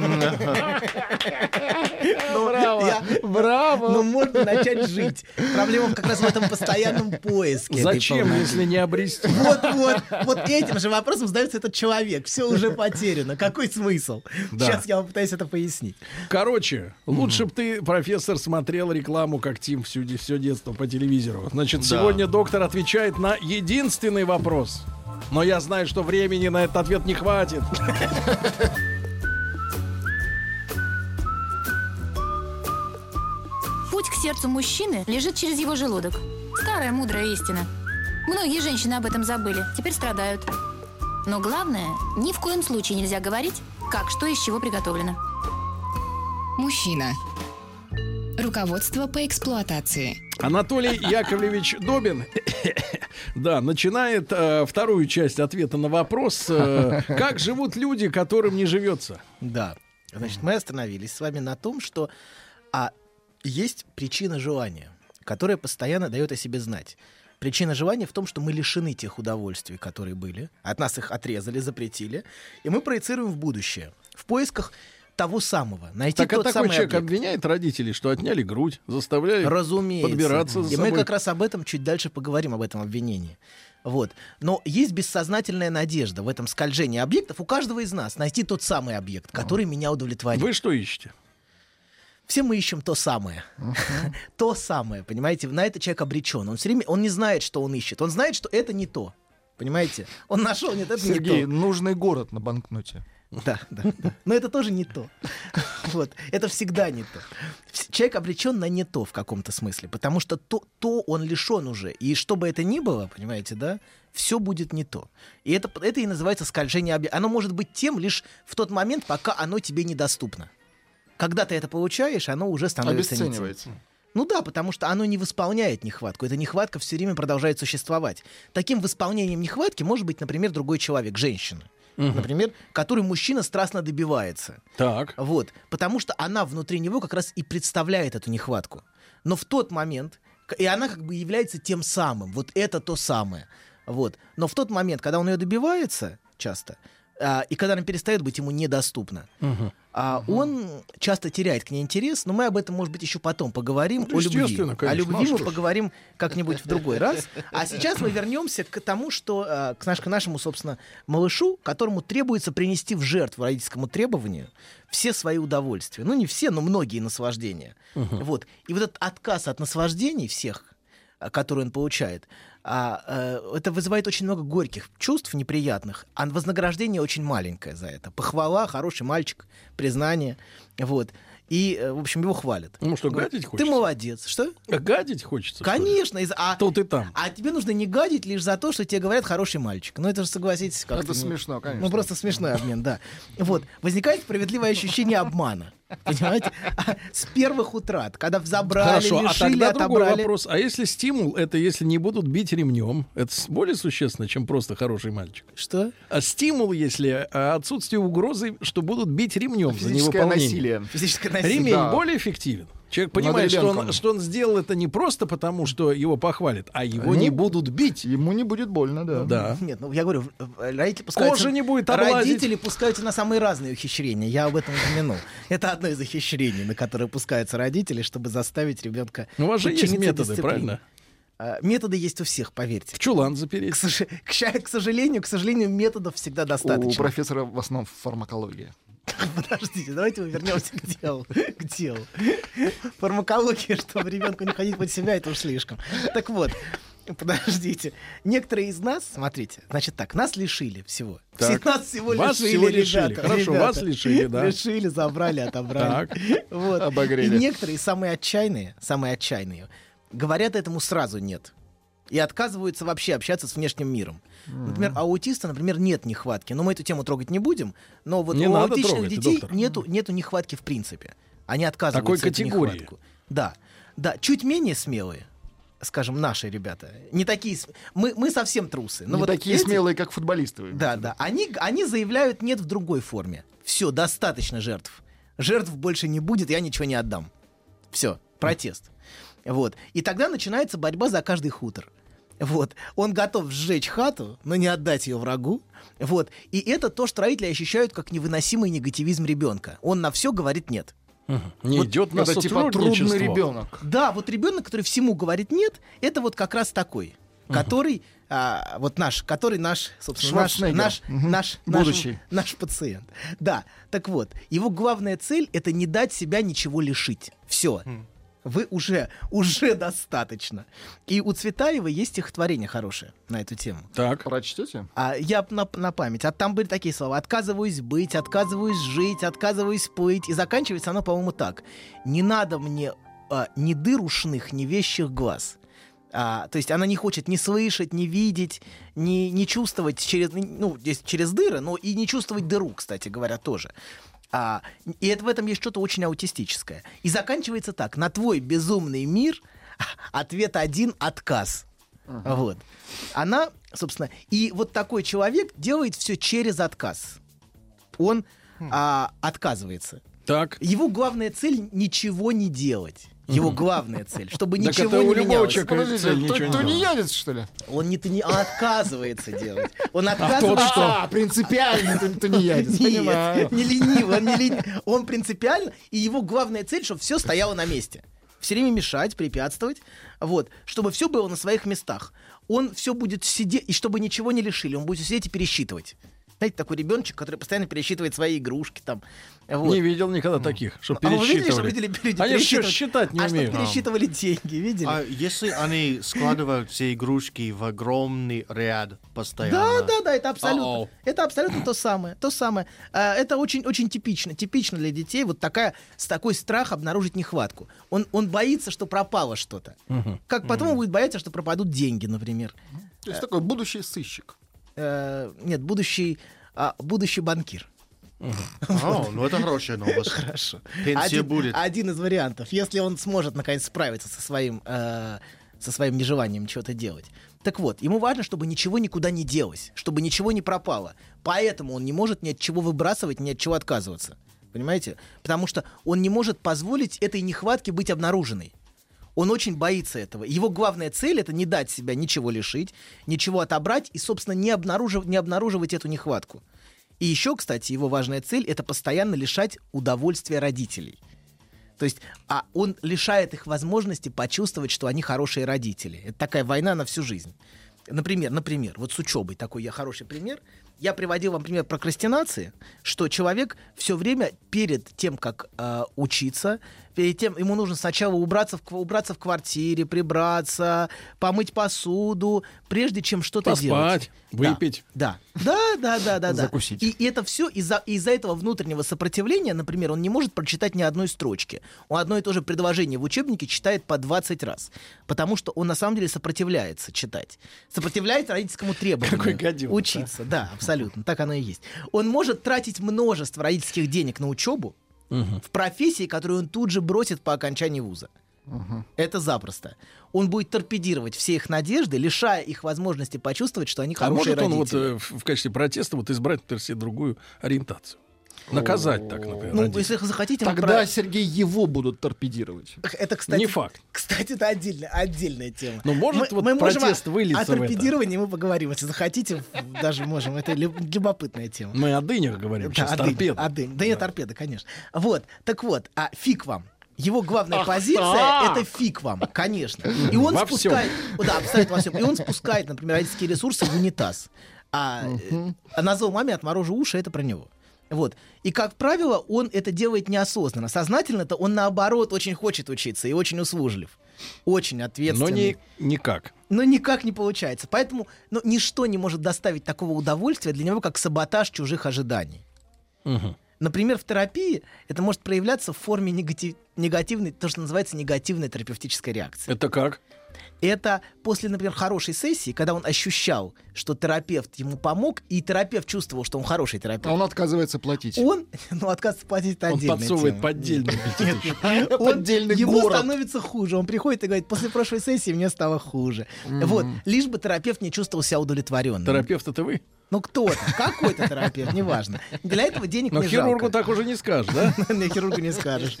[SPEAKER 7] Ну, я-
[SPEAKER 6] Браво!
[SPEAKER 7] ну, можно начать жить. Проблема как раз в этом постоянном поиске. этой
[SPEAKER 5] Зачем,
[SPEAKER 7] полноты.
[SPEAKER 5] если не обрести?
[SPEAKER 7] Вот, вот, вот этим же вопросом задается этот человек. Все уже потеряно. Какой смысл?
[SPEAKER 5] Да.
[SPEAKER 7] Сейчас я вам пытаюсь это пояснить.
[SPEAKER 5] Короче, лучше бы ты, профессор, смотрел рекламу, как Тим всю, де- всё детство по телевизору. Значит, сегодня доктор отвечает на единственный вопрос. Но я знаю, что времени на этот ответ не хватит.
[SPEAKER 3] Путь к сердцу мужчины лежит через его желудок. Старая мудрая истина. Многие женщины об этом забыли, теперь страдают. Но главное, ни в коем случае нельзя говорить, как что из чего приготовлено.
[SPEAKER 4] Мужчина. Руководство по эксплуатации.
[SPEAKER 5] Анатолий Яковлевич Добин, да, начинает э, вторую часть ответа на вопрос, э, как живут люди, которым не живется.
[SPEAKER 7] Да. Значит, мы остановились с вами на том, что а, есть причина желания, которая постоянно дает о себе знать. Причина желания в том, что мы лишены тех удовольствий, которые были. От нас их отрезали, запретили. И мы проецируем в будущее. В поисках того самого. Найти
[SPEAKER 5] Так а
[SPEAKER 7] тот
[SPEAKER 5] такой
[SPEAKER 7] самый
[SPEAKER 5] человек
[SPEAKER 7] объект.
[SPEAKER 5] обвиняет родителей, что отняли грудь, заставляли
[SPEAKER 7] Разумеется.
[SPEAKER 5] подбираться за
[SPEAKER 7] И мы
[SPEAKER 5] собой.
[SPEAKER 7] как раз об этом чуть дальше поговорим, об этом обвинении. Вот. Но есть бессознательная надежда в этом скольжении объектов у каждого из нас найти тот самый объект, который меня удовлетворит.
[SPEAKER 5] Вы что ищете?
[SPEAKER 7] Все мы ищем то самое. то самое, понимаете? На это человек обречен. Он все время, он не знает, что он ищет. Он знает, что это не то. Понимаете? Он нашел, нет, это не
[SPEAKER 6] Сергей, ну.
[SPEAKER 7] то.
[SPEAKER 6] нужный город на банкноте.
[SPEAKER 7] Да, да, да. Но это тоже не то. Вот. Это всегда не то. Вс- Человек обречен на не то в каком-то смысле, потому что то, то он лишен уже. И что бы это ни было, понимаете, да, все будет не то. И это, это и называется скольжение объекта. Оно может быть тем лишь в тот момент, пока оно тебе недоступно. Когда ты это получаешь, оно уже становится не тем.
[SPEAKER 6] Обесценивается.
[SPEAKER 7] Ну да, потому что оно не восполняет нехватку. Эта нехватка все время продолжает существовать. Таким восполнением нехватки может быть, например, другой человек, женщина. Например, который мужчина страстно добивается.
[SPEAKER 5] Так.
[SPEAKER 7] Вот. Потому что она внутри него как раз и представляет эту нехватку. Но в тот момент, к- и она как бы является тем самым, вот это то самое. Вот. Но в тот момент, когда он ее добивается часто, а, и когда она перестает быть ему недоступна, а, он часто теряет к ней интерес, но мы об этом, может быть, еще потом поговорим.
[SPEAKER 5] Ну,
[SPEAKER 7] о любви.
[SPEAKER 5] естественно, конечно.
[SPEAKER 7] О
[SPEAKER 5] Ну, а
[SPEAKER 7] любви
[SPEAKER 5] что
[SPEAKER 7] мы
[SPEAKER 5] ж.
[SPEAKER 7] поговорим как-нибудь в другой раз. А сейчас мы вернемся к тому, что а, к, наш- к нашему, собственно, малышу, которому требуется принести в жертву родительскому требованию все свои удовольствия. Ну, не все, но многие наслаждения. Вот. И вот этот отказ от наслаждений всех, а, который он получает, а, э, это вызывает очень много горьких чувств, неприятных, а вознаграждение очень маленькое за это. Похвала, хороший мальчик, признание. Вот. И, э, в общем, его хвалят.
[SPEAKER 5] Ну что,
[SPEAKER 7] Говорят,
[SPEAKER 5] гадить
[SPEAKER 7] Ты
[SPEAKER 5] хочется?
[SPEAKER 7] молодец. Что?
[SPEAKER 5] А Гадить хочется? что ли?
[SPEAKER 7] Конечно. из- а,
[SPEAKER 5] Тут и там.
[SPEAKER 7] а тебе нужно не гадить лишь за то, что тебе говорят хороший мальчик. Ну это же согласитесь, как
[SPEAKER 6] Это смешно, конечно.
[SPEAKER 7] Ну просто смешной обмен, да. Вот возникает справедливое ощущение обмана, понимаете? А, С первых утрат, когда забрали,
[SPEAKER 5] Хорошо, а
[SPEAKER 7] лишили,
[SPEAKER 5] тогда другой
[SPEAKER 7] отобрали.
[SPEAKER 5] вопрос. А если стимул, это если не будут бить ремнем, это с- более существенно, чем просто хороший мальчик?
[SPEAKER 7] Что?
[SPEAKER 5] А стимул, если а, отсутствие угрозы, что будут бить ремнем за
[SPEAKER 9] Физическое
[SPEAKER 5] невыполнение.
[SPEAKER 9] насилие.
[SPEAKER 7] Физическое насилие.
[SPEAKER 5] Ремень
[SPEAKER 9] Да.
[SPEAKER 5] более эффективен. Человек понимает, что он,
[SPEAKER 6] ребенком.
[SPEAKER 5] что он сделал это не просто потому, что его похвалят, а его
[SPEAKER 7] Ну.
[SPEAKER 5] не будут бить.
[SPEAKER 6] Ему не будет больно, да.
[SPEAKER 5] Да.
[SPEAKER 7] Нет, ну я говорю, в- в- родители пускаются...
[SPEAKER 5] Кожа не будет облазить.
[SPEAKER 7] Родители пускаются на самые разные ухищрения, я об этом упомянул. Это одно из ухищрений, на которые пускаются родители, чтобы заставить ребенка
[SPEAKER 5] Ну, у вас же есть
[SPEAKER 7] подчиниться
[SPEAKER 5] методы,
[SPEAKER 7] дисциплине.
[SPEAKER 5] правильно?
[SPEAKER 7] А, Методы есть у всех, поверьте.
[SPEAKER 5] В чулан
[SPEAKER 7] К,
[SPEAKER 5] запереть.
[SPEAKER 7] сож- к ща- к сожалению, к сожалению, методов всегда
[SPEAKER 6] У
[SPEAKER 7] достаточно.
[SPEAKER 6] профессора в основном фармакология.
[SPEAKER 7] Подождите, давайте мы вернемся к делу. К делу. Фармакология, чтобы ребенку не ходить под себя, это уж слишком. Так вот, подождите. Некоторые из нас, смотрите, значит так, нас лишили всего. Все
[SPEAKER 5] Так.
[SPEAKER 7] нас всего
[SPEAKER 5] Вас
[SPEAKER 7] лишили,
[SPEAKER 5] всего лишили.
[SPEAKER 7] ребята,
[SPEAKER 5] Хорошо,
[SPEAKER 7] ребята.
[SPEAKER 5] вас лишили, да.
[SPEAKER 7] Лишили, забрали, отобрали.
[SPEAKER 5] Так.
[SPEAKER 7] Вот.
[SPEAKER 6] Обогрели.
[SPEAKER 7] И некоторые самые отчаянные, самые отчаянные, говорят этому сразу нет. И отказываются вообще общаться с внешним миром. Например, аутиста, например, нет нехватки. Но мы эту тему трогать не будем. Но вот
[SPEAKER 5] Не
[SPEAKER 7] у
[SPEAKER 5] надо
[SPEAKER 7] аутичных
[SPEAKER 5] трогать,
[SPEAKER 7] детей
[SPEAKER 5] доктор.
[SPEAKER 7] нету, нету нехватки в принципе. Они отказываются
[SPEAKER 5] Такой
[SPEAKER 7] эту
[SPEAKER 5] категории.
[SPEAKER 7] нехватку. Да. Да, чуть менее смелые, скажем, наши ребята. Не такие... см- Мы, мы совсем трусы. Но
[SPEAKER 6] не
[SPEAKER 7] Ну вот
[SPEAKER 6] такие
[SPEAKER 7] эти-
[SPEAKER 6] смелые, как футболисты. вы
[SPEAKER 7] Да, да. Они, г- они заявляют нет в другой форме. Все, достаточно жертв. Жертв больше не будет, я ничего не отдам. Все, протест. Вот. И тогда начинается борьба за каждый хутор. Вот. Он готов сжечь хату, но не отдать ее врагу. Вот. И это то, что родители ощущают как невыносимый негативизм ребенка. Он на все говорит нет.
[SPEAKER 5] Не идет на
[SPEAKER 6] Это типа
[SPEAKER 5] сотрудничество.
[SPEAKER 6] трудный ребенок.
[SPEAKER 7] Да, вот ребенок, который всему говорит нет, это вот как раз такой, который а, вот наш, который наш, собственно, наш,
[SPEAKER 6] Шварценеггер.
[SPEAKER 7] наш,
[SPEAKER 6] Мгм.
[SPEAKER 7] наш, наш-
[SPEAKER 6] Будущий.
[SPEAKER 7] наш пациент. Да, так вот, его главная цель это не дать себя ничего лишить. Все. Вы уже, уже достаточно. И у Цветаева есть стихотворение хорошее на эту тему.
[SPEAKER 5] Так.
[SPEAKER 6] Прочтете?
[SPEAKER 7] А, я б на, на память. А там были такие слова. Отказываюсь быть, отказываюсь жить, отказываюсь плыть. И заканчивается оно, по-моему, так. Не надо мне а, ни дырушных, ни вещих глаз. А, то есть она не хочет ни слышать, ни видеть, ни, ни чувствовать через, ну, здесь через дыры, но и не чувствовать дыру, кстати говоря, тоже. А, и это, в этом есть что-то очень аутистическое. И заканчивается так. На твой безумный мир ответ один — отказ. Вот. Она, собственно, и вот такой человек делает все через отказ. Он
[SPEAKER 5] Хм.
[SPEAKER 7] а, отказывается.
[SPEAKER 5] Так.
[SPEAKER 7] Его главная цель ничего не делать. Его главная цель, чтобы
[SPEAKER 5] Так
[SPEAKER 7] ничего
[SPEAKER 5] это у
[SPEAKER 7] не
[SPEAKER 5] любого
[SPEAKER 7] менялось.
[SPEAKER 5] человека есть
[SPEAKER 6] Подождите,
[SPEAKER 5] цель
[SPEAKER 6] кто,
[SPEAKER 5] ничего
[SPEAKER 6] кто
[SPEAKER 5] не
[SPEAKER 6] не
[SPEAKER 5] делать.
[SPEAKER 6] едет, что ли?
[SPEAKER 7] Он не, не он отказывается делать. Он отказывается.
[SPEAKER 6] А, принципиально ты, ты не едет. Понимаю.
[SPEAKER 7] Нет, не ленивый, он не ленивый. Он принципиально, и его главная цель, чтобы все стояло на месте. Все время мешать, препятствовать, вот, чтобы все было на своих местах. Он все будет сидеть, и чтобы ничего не лишили, он будет сидеть и пересчитывать. Знаете, такой ребеночек, который постоянно пересчитывает свои игрушки там. Вот.
[SPEAKER 5] Не видел никогда таких, что
[SPEAKER 7] а вы видели, что
[SPEAKER 5] пересчитывали.
[SPEAKER 7] видели пере-
[SPEAKER 5] Они еще
[SPEAKER 7] пересчитывать?
[SPEAKER 5] считать не
[SPEAKER 7] а что
[SPEAKER 5] умеют.
[SPEAKER 7] пересчитывали деньги, видели?
[SPEAKER 9] А если они складывают все игрушки в огромный ряд постоянно?
[SPEAKER 7] Да, да, да, это абсолютно.
[SPEAKER 5] Ау.
[SPEAKER 7] Это абсолютно то самое. То самое. А, Это очень, очень типично. Типично для детей вот такая, с такой страх обнаружить нехватку. Он, он боится, что пропало что-то. Как потом он будет бояться, что пропадут деньги, например.
[SPEAKER 6] То есть такой будущий сыщик.
[SPEAKER 7] Э, Нет, будущий, а, будущий банкир.
[SPEAKER 9] А, ну это хорошая новость. Хорошо. Пенсия
[SPEAKER 7] один,
[SPEAKER 9] будет.
[SPEAKER 7] один из вариантов. Если он сможет наконец справиться со своим э, со своим нежеланием чего-то делать. Так вот, ему важно, чтобы ничего никуда не делось, чтобы ничего не пропало. Поэтому он не может ни от чего выбрасывать, ни от чего отказываться. Понимаете? Потому что он не может позволить этой нехватке быть обнаруженной. Он очень боится этого. Его главная цель это не дать себя ничего лишить, ничего отобрать и, собственно, не обнаруживать, не обнаруживать эту нехватку. И еще, кстати, его важная цель это постоянно лишать удовольствия родителей. То есть, а он лишает их возможности почувствовать, что они хорошие родители. Это такая война на всю жизнь. Например, например, вот с учебой такой я хороший пример. Я приводил вам пример прокрастинации, что человек все время перед тем, как э, учиться, перед тем ему нужно сначала убраться в, кв- убраться в квартире, прибраться, помыть посуду, прежде чем что-то делать.
[SPEAKER 5] Поспать, выпить.
[SPEAKER 7] Да, да, да, да, да, да.
[SPEAKER 6] Закусить.
[SPEAKER 7] И, и это все из-за из-за этого внутреннего сопротивления, например, он не может прочитать ни одной строчки. Он одно и то же предложение в учебнике читает по 20 раз, потому что он на самом деле сопротивляется читать, сопротивляется родительскому требованию.
[SPEAKER 5] Какой гаденыш, а?
[SPEAKER 7] Учиться, да, абсолютно, так оно и есть. Он может тратить множество родительских денег на учебу в профессии, которую он тут же бросит по окончании вуза. Это запросто. Он будет торпедировать все их надежды, лишая их возможности почувствовать, что они
[SPEAKER 5] А
[SPEAKER 7] хорошие
[SPEAKER 5] может он вот
[SPEAKER 7] родители.
[SPEAKER 5] э, в в качестве протеста вот избрать, например, себе другую ориентацию? Наказать так, например,
[SPEAKER 7] Ну,
[SPEAKER 5] родителей.
[SPEAKER 7] если захотите, мы
[SPEAKER 6] Тогда, Сергей, его будут торпедировать.
[SPEAKER 7] про- это, кстати,
[SPEAKER 5] Не факт.
[SPEAKER 7] Кстати, это отдельная, отдельная тема.
[SPEAKER 5] Ну, может, вот
[SPEAKER 7] можем
[SPEAKER 5] протест
[SPEAKER 7] о-
[SPEAKER 5] вылиться
[SPEAKER 7] О
[SPEAKER 5] в это?
[SPEAKER 7] торпедировании мы поговорим, если захотите, даже можем. Это лю- любопытная тема.
[SPEAKER 5] Мы о дынях говорим сейчас,
[SPEAKER 7] Да, о дыне,
[SPEAKER 5] торпеда.
[SPEAKER 7] о дыне. Да нет, торпеда, конечно. Вот, так вот, а фиг вам. Его главная позиция это фиг вам, конечно. И он
[SPEAKER 5] Во всем.
[SPEAKER 7] спускает, О, да, абсолютно во всем. И он спускает, например, родительские ресурсы в унитаз. А, э, а на зло маме отморожу уши, это про него. Вот. И, как правило, он это делает неосознанно. Сознательно-то он, наоборот, очень хочет учиться и очень услужлив. Очень
[SPEAKER 5] Но
[SPEAKER 7] ответственный.
[SPEAKER 5] не, никак.
[SPEAKER 7] Но никак не получается. Поэтому ну, ничто не может доставить такого удовольствия для него, как саботаж чужих ожиданий. Например, в терапии это может проявляться в форме негатив- негативной, то, что называется негативной терапевтической реакции.
[SPEAKER 5] Это как?
[SPEAKER 7] Это после, например, хорошей сессии, когда он ощущал, что терапевт ему помог, и терапевт чувствовал, что он хороший терапевт.
[SPEAKER 6] А он отказывается платить.
[SPEAKER 7] Он, ну, отказ платить это
[SPEAKER 5] Он
[SPEAKER 7] отдельная
[SPEAKER 5] подсовывает
[SPEAKER 7] тема.
[SPEAKER 5] поддельный билет.
[SPEAKER 7] Он,
[SPEAKER 6] Поддельный
[SPEAKER 7] ему
[SPEAKER 6] город.
[SPEAKER 7] становится хуже. Он приходит и говорит, после прошлой сессии мне стало хуже. Вот. Лишь бы терапевт не чувствовал себя удовлетворенным.
[SPEAKER 5] Терапевт это вы?
[SPEAKER 7] Ну кто то какой-то терапевт, неважно. Для этого денег
[SPEAKER 5] Но
[SPEAKER 7] не
[SPEAKER 5] хирургу
[SPEAKER 7] жалко.
[SPEAKER 5] так уже не скажешь, да?
[SPEAKER 7] Мне хирургу не скажешь.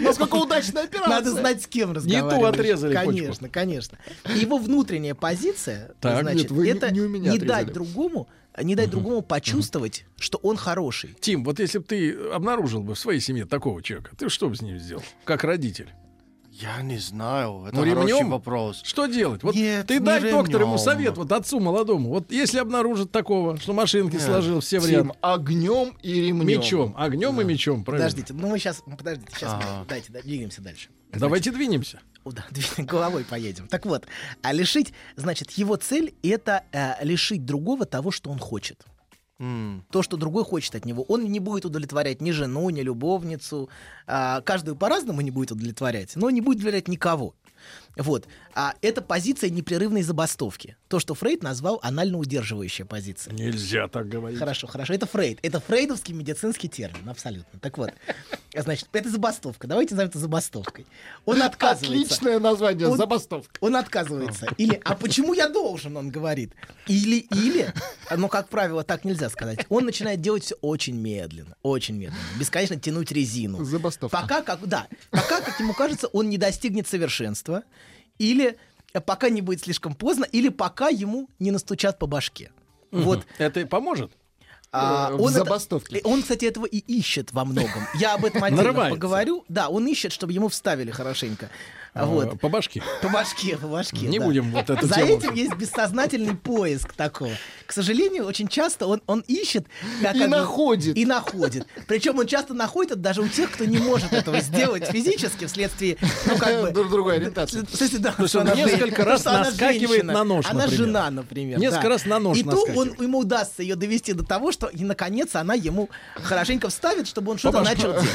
[SPEAKER 6] Насколько удачная операция.
[SPEAKER 7] Надо знать, с кем разговаривать.
[SPEAKER 5] отрезали почку.
[SPEAKER 7] Конечно, конечно. И Его внутренняя позиция,
[SPEAKER 5] Так.
[SPEAKER 7] значит,
[SPEAKER 6] Нет, вы не-
[SPEAKER 7] это
[SPEAKER 6] не у меня отрезали.
[SPEAKER 7] дать другому, не дать другому почувствовать, что он хороший.
[SPEAKER 5] Тим, вот если бы ты обнаружил бы в своей семье такого человека, ты что бы с ним сделал? Как родитель?
[SPEAKER 9] Я не знаю, это
[SPEAKER 5] Ну,
[SPEAKER 9] хороший
[SPEAKER 5] ремнем?
[SPEAKER 9] вопрос.
[SPEAKER 5] Что делать? Вот
[SPEAKER 9] Нет,
[SPEAKER 5] ты
[SPEAKER 9] не
[SPEAKER 5] дай доктор ему
[SPEAKER 9] ремнем.
[SPEAKER 5] совет, вот отцу молодому. Вот если обнаружит такого, что машинки сложил все
[SPEAKER 6] Тим,
[SPEAKER 5] время
[SPEAKER 6] огнем и ремнем.
[SPEAKER 5] мечом, огнем и мечом, правильно?
[SPEAKER 7] Подождите, ну мы сейчас, подождите, сейчас,
[SPEAKER 6] А.
[SPEAKER 9] Ага.
[SPEAKER 7] дайте, да, двигаемся дальше.
[SPEAKER 5] Давайте двинемся.
[SPEAKER 7] О, да, двинем, головой поедем. Так вот, а лишить, значит, его цель это э, лишить другого того, что он хочет.
[SPEAKER 9] М.
[SPEAKER 7] то, что другой хочет от него. Он не будет удовлетворять ни жену, ни любовницу. А, каждую по-разному не будет удовлетворять, но не будет удовлетворять никого. Вот. А это позиция непрерывной забастовки. То, что Фрейд назвал анально-удерживающая позиция.
[SPEAKER 5] Нельзя так говорить.
[SPEAKER 7] Хорошо, хорошо. Это Фрейд. Это фрейдовский медицинский термин, абсолютно. Так вот, значит, это забастовка. Давайте назовем это забастовкой. Он отказывается.
[SPEAKER 6] Отличное название.
[SPEAKER 7] Он-
[SPEAKER 6] Забастовка.
[SPEAKER 7] Он отказывается. Или «А почему я должен?» он говорит. Или, или, но, как правило, так нельзя сказать. Он начинает делать все очень медленно. Очень медленно. Бесконечно тянуть резину.
[SPEAKER 6] Забастовка.
[SPEAKER 7] Пока, как, да, пока, как ему кажется, он не достигнет совершенства. Или э, пока не будет слишком поздно. Или пока ему не настучат по башке. Вот
[SPEAKER 5] Это поможет?
[SPEAKER 7] а,
[SPEAKER 6] Э, в
[SPEAKER 7] он это-
[SPEAKER 6] забастовке.
[SPEAKER 7] э, он, кстати, этого и ищет во многом. Я об этом отдельно
[SPEAKER 5] Нарывается.
[SPEAKER 7] поговорю. Да, он ищет, чтобы ему вставили хорошенько. А,
[SPEAKER 5] А,
[SPEAKER 7] Вот.
[SPEAKER 5] По башке.
[SPEAKER 7] По башке, по башке.
[SPEAKER 5] Не
[SPEAKER 7] да.
[SPEAKER 5] будем вот эту
[SPEAKER 7] За
[SPEAKER 5] тему.
[SPEAKER 7] этим есть бессознательный поиск такого. К сожалению, очень часто он, он ищет... да,
[SPEAKER 6] И
[SPEAKER 7] как бы,
[SPEAKER 6] находит.
[SPEAKER 7] И находит. Причем он часто находит это даже у тех, кто не может этого сделать физически вследствие... Ну, как бы...
[SPEAKER 6] Э, Друг- другой ориентации.
[SPEAKER 7] в смысле, да,
[SPEAKER 5] есть
[SPEAKER 7] что
[SPEAKER 5] он
[SPEAKER 7] она
[SPEAKER 5] несколько
[SPEAKER 7] женщина,
[SPEAKER 5] раз
[SPEAKER 7] что она
[SPEAKER 5] наскакивает
[SPEAKER 7] женщина,
[SPEAKER 5] на нож,
[SPEAKER 7] Она
[SPEAKER 5] например.
[SPEAKER 7] жена, например.
[SPEAKER 5] Несколько
[SPEAKER 7] да.
[SPEAKER 5] раз на нож
[SPEAKER 7] И то он,
[SPEAKER 5] наскакивает.
[SPEAKER 7] ему удастся ее довести до того, что, и, наконец, она ему хорошенько вставит, чтобы он что-то начал делать.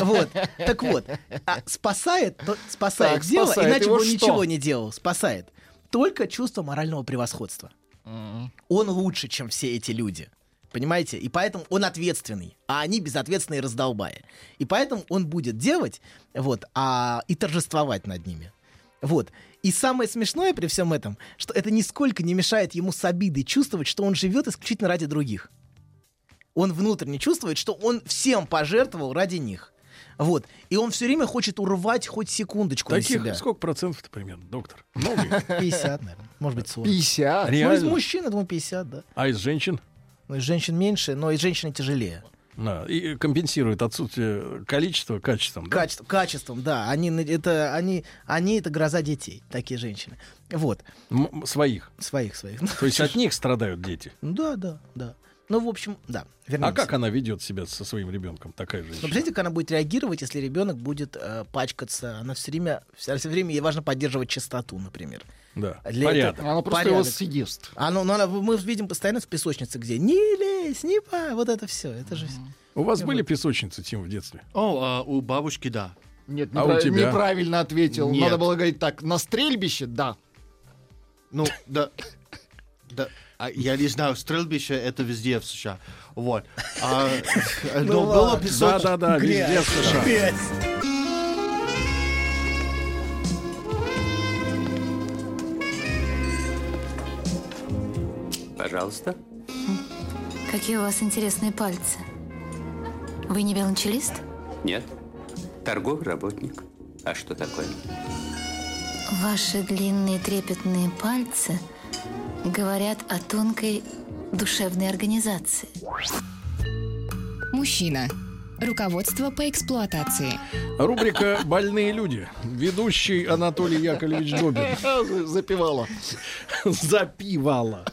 [SPEAKER 7] Вот. Так вот. а спасает, то- спасает
[SPEAKER 6] Так,
[SPEAKER 7] дело,
[SPEAKER 6] спасает
[SPEAKER 7] иначе бы
[SPEAKER 6] его
[SPEAKER 7] он
[SPEAKER 6] что?
[SPEAKER 7] ничего не делал. Спасает. Только чувство морального превосходства. Он лучше, чем все эти люди. Понимаете? И поэтому он ответственный, а они безответственные раздолбая. И поэтому он будет делать, вот, а, и торжествовать над ними. Вот. И самое смешное при всем этом, что это нисколько не мешает ему с обидой чувствовать, что он живет исключительно ради других. Он внутренне чувствует, что он всем пожертвовал ради них. Вот. И он все время хочет урвать хоть секундочку на
[SPEAKER 5] Таких
[SPEAKER 7] себя.
[SPEAKER 5] сколько процентов-то примерно, доктор? Много? их?
[SPEAKER 7] 50, наверное. Может быть, 40.
[SPEAKER 6] 50.
[SPEAKER 7] Ну, из
[SPEAKER 5] Реально?
[SPEAKER 7] мужчин, я думаю, 50, да.
[SPEAKER 5] А из женщин?
[SPEAKER 7] Ну, из женщин меньше, но из женщины тяжелее.
[SPEAKER 5] Да, и компенсирует отсутствие количества качеством. да?
[SPEAKER 7] Качеством, качеством, да. Они, на- это, они, они это гроза детей, такие женщины. Вот.
[SPEAKER 5] М- своих.
[SPEAKER 7] Своих, своих.
[SPEAKER 5] То есть от них страдают дети.
[SPEAKER 7] Ну, да, да, да. Ну, в общем, да.
[SPEAKER 5] А
[SPEAKER 7] Вернемся.
[SPEAKER 5] как она ведет себя со своим ребенком, такая
[SPEAKER 7] Ну,
[SPEAKER 5] женщина?
[SPEAKER 7] представляете, как она будет реагировать, если ребенок будет э, пачкаться? Она все время, все, время ей важно поддерживать чистоту, например.
[SPEAKER 5] Да,
[SPEAKER 7] Для
[SPEAKER 5] порядок.
[SPEAKER 6] Она просто
[SPEAKER 7] Порядок.
[SPEAKER 6] его съест.
[SPEAKER 7] А ну, ну, она- мы видим постоянно в песочнице, где не лезь, не па, вот это все, это же всё.
[SPEAKER 5] У вас были песочницы, Тим, в детстве?
[SPEAKER 9] О, а, у бабушки, да.
[SPEAKER 6] Нет,
[SPEAKER 5] А у
[SPEAKER 6] неправ-
[SPEAKER 5] тебя?
[SPEAKER 6] неправильно ответил.
[SPEAKER 9] Нет.
[SPEAKER 6] Надо было говорить так, на стрельбище, да.
[SPEAKER 9] Ну, да. Да. А я не знаю, стрельбище это везде в США. Вот. А, э,
[SPEAKER 7] Ну
[SPEAKER 9] но было
[SPEAKER 7] ладно.
[SPEAKER 9] песочница.
[SPEAKER 5] Да-да-да, везде в США.
[SPEAKER 2] Пожалуйста.
[SPEAKER 3] Какие у вас интересные пальцы. Вы не велончелист?
[SPEAKER 2] Нет. Торговый работник. А что такое?
[SPEAKER 3] Ваши длинные трепетные пальцы говорят о тонкой душевной организации.
[SPEAKER 4] Мужчина. Руководство по эксплуатации.
[SPEAKER 5] Рубрика «Больные люди». Ведущий Анатолий Яковлевич Добин.
[SPEAKER 6] А, за- Запевала.
[SPEAKER 5] Запивала.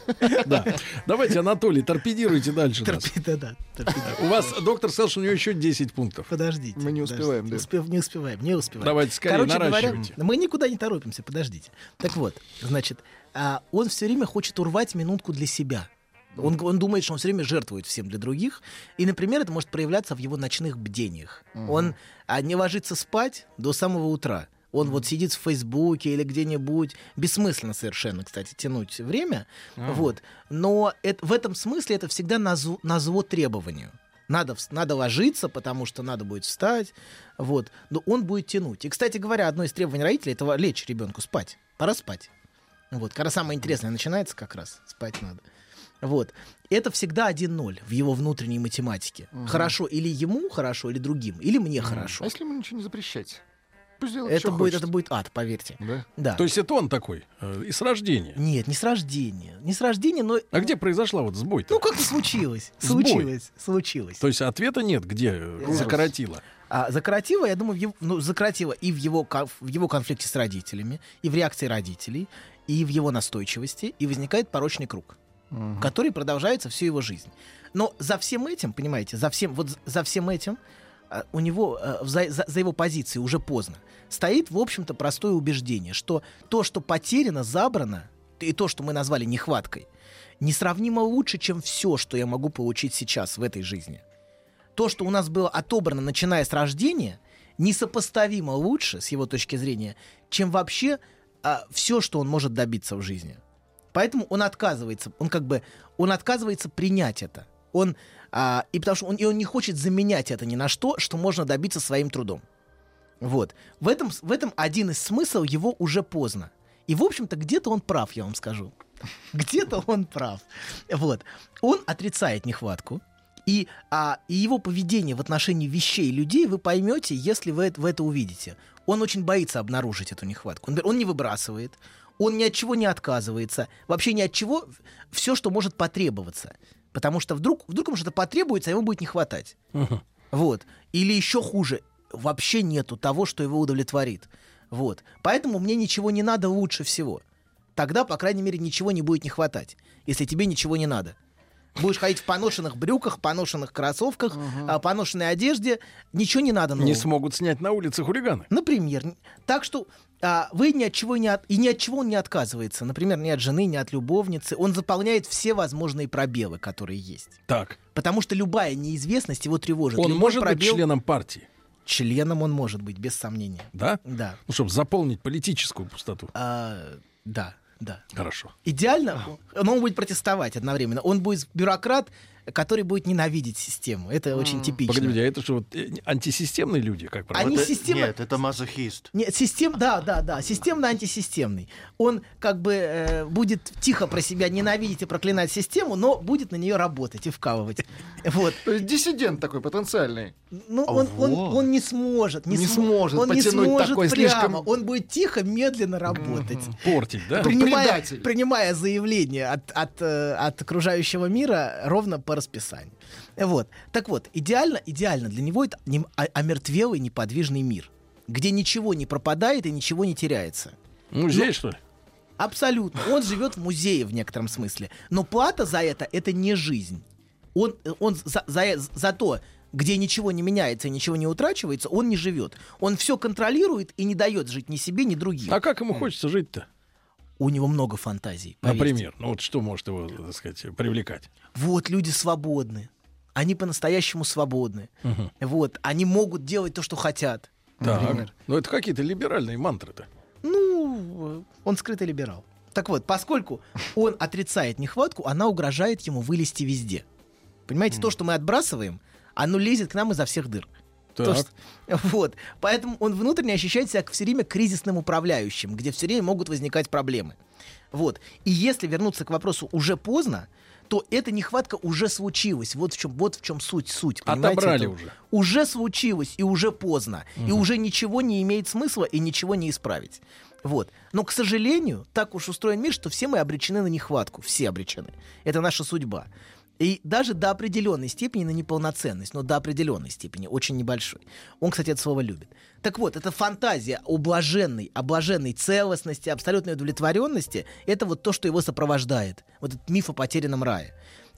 [SPEAKER 5] Да. Давайте, Анатолий, торпедируйте дальше нас.
[SPEAKER 7] Торпеда, да, торпеда.
[SPEAKER 5] У вас, доктор сказал, что у него еще 10 пунктов.
[SPEAKER 7] Подождите.
[SPEAKER 6] Мы не успеваем,
[SPEAKER 7] подождите.
[SPEAKER 6] да.
[SPEAKER 7] Успев- не успеваем, не успеваем.
[SPEAKER 5] Давайте скорее
[SPEAKER 7] Короче говоря,
[SPEAKER 5] наращивайте.
[SPEAKER 7] мы никуда не торопимся, подождите. Так вот, значит, а, он все время хочет урвать минутку для себя. Он,
[SPEAKER 5] Ну.
[SPEAKER 7] г- он думает, что он все время жертвует всем для других. И, например, это может проявляться в его ночных бдениях. Он а, не ложится спать до самого утра. Он вот сидит в Фейсбуке или где-нибудь. Бессмысленно совершенно, кстати, тянуть время.
[SPEAKER 5] А.
[SPEAKER 7] Вот. Но это- в этом смысле это всегда на зло- на зло требованию. Надо, вс- надо ложиться, потому что надо будет встать. Вот. Но он будет тянуть. И, кстати говоря, одно из требований родителей это лечь ребенку спать. Пора спать. Вот. Когда самое интересное начинается как раз, спать надо. Вот. Это всегда 1-0 в его внутренней математике. Хорошо или ему хорошо, или другим, или мне
[SPEAKER 6] А
[SPEAKER 7] хорошо.
[SPEAKER 6] если ему ничего не запрещать? Пусть делает,
[SPEAKER 7] Это
[SPEAKER 6] что
[SPEAKER 7] будет,
[SPEAKER 6] хочет.
[SPEAKER 7] это будет ад, поверьте.
[SPEAKER 6] Да.
[SPEAKER 7] Да.
[SPEAKER 5] То есть это он такой, э, и с рождения.
[SPEAKER 7] Нет, не с рождения. Не с рождения, но...
[SPEAKER 5] А где произошла вот сбой-то?
[SPEAKER 7] Ну, как-то случилось.
[SPEAKER 5] Сбой.
[SPEAKER 7] Случилось. Случилось.
[SPEAKER 5] То есть ответа нет, где э, закоротило.
[SPEAKER 7] А закоротило, я думаю, в его- ну, закоротило и в его, кон- в его конфликте с родителями, и в реакции родителей, и в его настойчивости, и возникает порочный круг, который продолжается всю его жизнь. Но за всем этим, понимаете, за всем, вот з- за всем этим а, у него, э, за, за- за его позицией уже поздно, стоит, в общем-то, простое убеждение, что то, что потеряно, забрано, и то, что мы назвали нехваткой, несравнимо лучше, чем все, что я могу получить сейчас в этой жизни то, что у нас было отобрано, начиная с рождения, несопоставимо лучше, с его точки зрения, чем вообще все, что он может добиться в жизни. Поэтому он отказывается, он как бы, он отказывается принять это. Он, а, и потому что он, и он не хочет заменять это ни на что, что можно добиться своим трудом. Вот. В этом, с- в этом один из смысл его уже поздно. И, в общем-то, где-то он прав, я вам скажу. Где-то он прав. Вот. Он отрицает нехватку. И, а, и его поведение в отношении вещей и людей вы поймете, если вы, это- вы это увидите. Он очень боится обнаружить эту нехватку. Например, он не выбрасывает, он ни от чего не отказывается, вообще ни от чего все, что может потребоваться. Потому что вдруг, вдруг ему что-то потребуется, а ему будет не хватать. Вот. Или еще хуже, вообще нету того, что его удовлетворит. Вот. Поэтому мне ничего не надо лучше всего. Тогда, по крайней мере, ничего не будет не хватать, если тебе ничего не надо. Будешь ходить в поношенных брюках, поношенных кроссовках, а, поношенной одежде. Ничего не надо нового.
[SPEAKER 5] Не смогут снять на улице хулиганы.
[SPEAKER 7] Например. н- Так что а, вы ни от чего не от... и ни от чего он не отказывается. Например, ни от жены, ни от любовницы. Он заполняет все возможные пробелы, которые есть.
[SPEAKER 5] Так,
[SPEAKER 7] Потому что любая неизвестность его тревожит.
[SPEAKER 5] он
[SPEAKER 7] Любой
[SPEAKER 5] может быть
[SPEAKER 7] пробел-
[SPEAKER 5] членом партии,
[SPEAKER 7] Членом он может быть, без сомнения.
[SPEAKER 5] да?
[SPEAKER 7] Да.
[SPEAKER 5] Ну, чтобы заполнить политическую пустоту.
[SPEAKER 7] А, да, да.
[SPEAKER 5] Хорошо.
[SPEAKER 7] Идеально, но он будет протестовать одновременно. Он будет бюрократ, который будет ненавидеть систему. Это очень типично.
[SPEAKER 5] Погодите, а это что, вот, э, антисистемные люди, как правило?
[SPEAKER 7] Они
[SPEAKER 9] Это-
[SPEAKER 7] система-
[SPEAKER 9] э, Нет, это мазохист.
[SPEAKER 7] Нет, систем, да, да, да, системно-антисистемный. Он как бы э, будет тихо про себя ненавидеть и проклинать систему, но будет на нее работать и вкалывать. Вот.
[SPEAKER 6] То есть диссидент такой потенциальный.
[SPEAKER 7] Ну, он, он,
[SPEAKER 9] вот.
[SPEAKER 7] он не сможет. Не,
[SPEAKER 6] А Не
[SPEAKER 7] см-
[SPEAKER 6] сможет
[SPEAKER 7] Он не
[SPEAKER 6] потянуть
[SPEAKER 7] сможет
[SPEAKER 6] такой
[SPEAKER 7] прямо.
[SPEAKER 6] слишком-
[SPEAKER 7] Он будет тихо, медленно работать.
[SPEAKER 5] Портить, да?
[SPEAKER 7] Принимая,
[SPEAKER 6] предатель.
[SPEAKER 7] принимая заявление от, от, э, от окружающего мира ровно по расписанию. Вот. Так вот, идеально, идеально для него это нем- о- омертвелый неподвижный мир, где ничего не пропадает и ничего не теряется.
[SPEAKER 5] Музей, что ли?
[SPEAKER 7] Абсолютно. Он живет в музее в некотором смысле. Но плата за это — это не жизнь. Он, он за, за- за то, где ничего не меняется и ничего не утрачивается, он не живет. Он все контролирует и не дает жить ни себе, ни другим.
[SPEAKER 5] А как ему хочется жить-то?
[SPEAKER 7] У него много фантазий. поверьте.
[SPEAKER 5] Например, ну вот что может его, так сказать, привлекать?
[SPEAKER 7] Вот люди свободны. Они по-настоящему свободны. Вот. Они могут делать то, что хотят.
[SPEAKER 5] Так. Ну это какие-то либеральные мантры-то.
[SPEAKER 7] Ну, э, он скрытый либерал. Так вот, поскольку он отрицает нехватку, она угрожает ему вылезти везде. Понимаете, то, что мы отбрасываем, оно лезет к нам изо всех дыр. То,
[SPEAKER 5] Так.
[SPEAKER 7] что- вот. Поэтому он внутренне ощущает себя все время кризисным управляющим, где все время могут возникать проблемы. Вот. И если вернуться к вопросу уже поздно, то эта нехватка уже случилась. Вот в чем, вот в чем суть, суть. понимаете,
[SPEAKER 5] Отобрали
[SPEAKER 7] этого?
[SPEAKER 5] уже.
[SPEAKER 7] Уже случилось и уже поздно. И уже ничего не имеет смысла и ничего не исправить. Вот. Но, к сожалению, так уж устроен мир, что все мы обречены на нехватку. Все обречены. Это наша судьба. И даже до определенной степени на неполноценность, но до определенной степени, очень небольшой. Он, кстати, это слово любит. Так вот, эта фантазия о блаженной, о блаженной целостности, абсолютной удовлетворенности, это вот то, что его сопровождает. Вот этот миф о потерянном рае.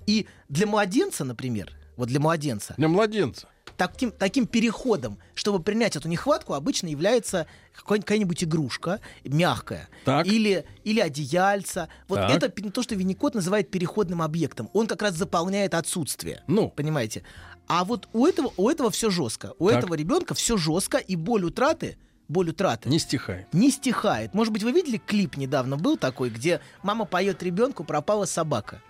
[SPEAKER 7] И для младенца, например, вот для младенца,
[SPEAKER 5] Для младенца.
[SPEAKER 7] таким, таким переходом, чтобы принять эту нехватку, обычно является какой- какая-нибудь игрушка мягкая.
[SPEAKER 5] Так.
[SPEAKER 7] Или, или одеяльца. Вот
[SPEAKER 5] Так.
[SPEAKER 7] это пи- то, что Винникот называет переходным объектом. Он как раз заполняет отсутствие.
[SPEAKER 5] Ну.
[SPEAKER 7] Понимаете? А вот у этого, у этого все жестко. У
[SPEAKER 5] Так.
[SPEAKER 7] этого ребенка все жестко, и боль утраты, боль утраты
[SPEAKER 5] Не стихай.
[SPEAKER 7] не стихает. Может быть, вы видели клип недавно был такой, где мама поет ребенку пропала собака.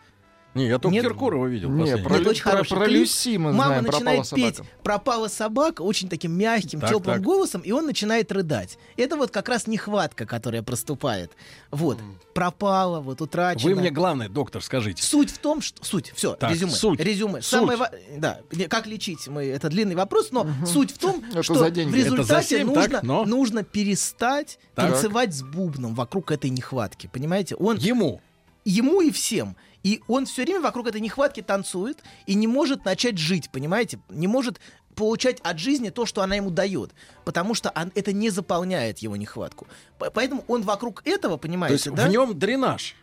[SPEAKER 5] Не, я только
[SPEAKER 7] Нет.
[SPEAKER 5] Киркорова видел.
[SPEAKER 6] Не,
[SPEAKER 5] последний.
[SPEAKER 6] про-
[SPEAKER 7] Нет, очень
[SPEAKER 6] про-
[SPEAKER 7] хороший
[SPEAKER 6] про
[SPEAKER 7] клип.
[SPEAKER 6] Люси мы
[SPEAKER 7] Мама
[SPEAKER 6] знаем,
[SPEAKER 7] начинает
[SPEAKER 6] «Пропала
[SPEAKER 7] петь
[SPEAKER 6] собака».
[SPEAKER 7] «Пропала собака» очень таким мягким,
[SPEAKER 5] Так,
[SPEAKER 7] теплым
[SPEAKER 5] так.
[SPEAKER 7] голосом, и он начинает рыдать. Это вот как раз нехватка, которая проступает. Вот. Пропала, вот утрачена.
[SPEAKER 5] Вы мне главное, доктор, скажите.
[SPEAKER 7] Суть в том, что... Суть, все,
[SPEAKER 5] Так,
[SPEAKER 7] резюме.
[SPEAKER 5] суть.
[SPEAKER 7] Резюме.
[SPEAKER 5] Суть.
[SPEAKER 7] Самое ва- Да, не, как лечить, мы... это длинный вопрос, но суть в том,
[SPEAKER 6] Это
[SPEAKER 7] что
[SPEAKER 6] за деньги.
[SPEAKER 7] в
[SPEAKER 5] Это за
[SPEAKER 7] результате
[SPEAKER 5] семь,
[SPEAKER 7] нужно,
[SPEAKER 5] так, но-
[SPEAKER 7] нужно перестать
[SPEAKER 5] Так.
[SPEAKER 7] танцевать с бубном вокруг этой нехватки, понимаете? Он
[SPEAKER 5] Ему.
[SPEAKER 7] ему и всем. И он все время вокруг этой нехватки танцует и не может начать жить, понимаете? Не может получать от жизни то, что она ему дает, потому что он- это не заполняет его нехватку. П- Поэтому он вокруг
[SPEAKER 5] То
[SPEAKER 7] этого,
[SPEAKER 5] есть
[SPEAKER 7] понимаете, да?
[SPEAKER 5] в нем дренаж.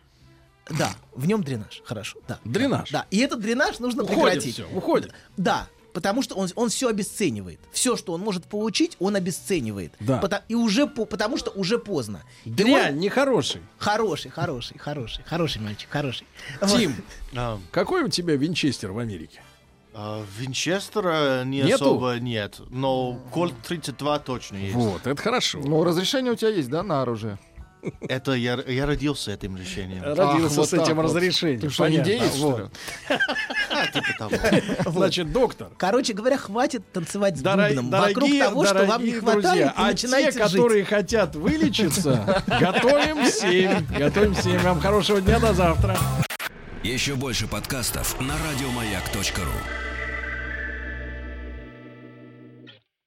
[SPEAKER 7] Да, в нем дренаж, хорошо, да.
[SPEAKER 5] Дренаж.
[SPEAKER 7] Да, и этот дренаж нужно
[SPEAKER 5] Уходит
[SPEAKER 7] прекратить.
[SPEAKER 5] все, уходит.
[SPEAKER 7] Да, потому что он, он все обесценивает. Все, что он может получить, он обесценивает.
[SPEAKER 5] Да.
[SPEAKER 7] Пота- и уже по- потому что уже поздно. И он-
[SPEAKER 5] Дрянь, нехороший.
[SPEAKER 7] Хороший, хороший, хороший, хороший мальчик, хороший.
[SPEAKER 5] Тим,
[SPEAKER 9] А,
[SPEAKER 5] какой у тебя винчестер в Америке?
[SPEAKER 9] а, Винчестера не
[SPEAKER 5] Нету?
[SPEAKER 9] особо нет, но Кольт 32 точно есть.
[SPEAKER 5] Вот, это хорошо.
[SPEAKER 6] Ну, разрешение у тебя есть, да, на оружие?
[SPEAKER 9] Это я, я родился этим решением.
[SPEAKER 5] Родился
[SPEAKER 6] Ах, вот
[SPEAKER 5] с этим
[SPEAKER 6] так вот.
[SPEAKER 5] разрешением.
[SPEAKER 6] Ты что, не
[SPEAKER 5] Понятно.
[SPEAKER 6] деешь, что
[SPEAKER 5] Вот.
[SPEAKER 6] ли?
[SPEAKER 9] Типа того.
[SPEAKER 5] Значит, доктор,
[SPEAKER 7] Короче говоря, хватит танцевать с
[SPEAKER 5] Дорог-
[SPEAKER 7] бубном вокруг
[SPEAKER 5] дорогие,
[SPEAKER 7] того, что вам не
[SPEAKER 5] дорогие
[SPEAKER 7] хватает,
[SPEAKER 5] друзья,
[SPEAKER 7] и
[SPEAKER 5] а те,
[SPEAKER 7] начинайте жить.
[SPEAKER 5] которые хотят вылечиться, готовим семь. Готовим семь. Вам хорошего дня, до завтра.
[SPEAKER 1] Еще больше подкастов на радиомаяк.ру.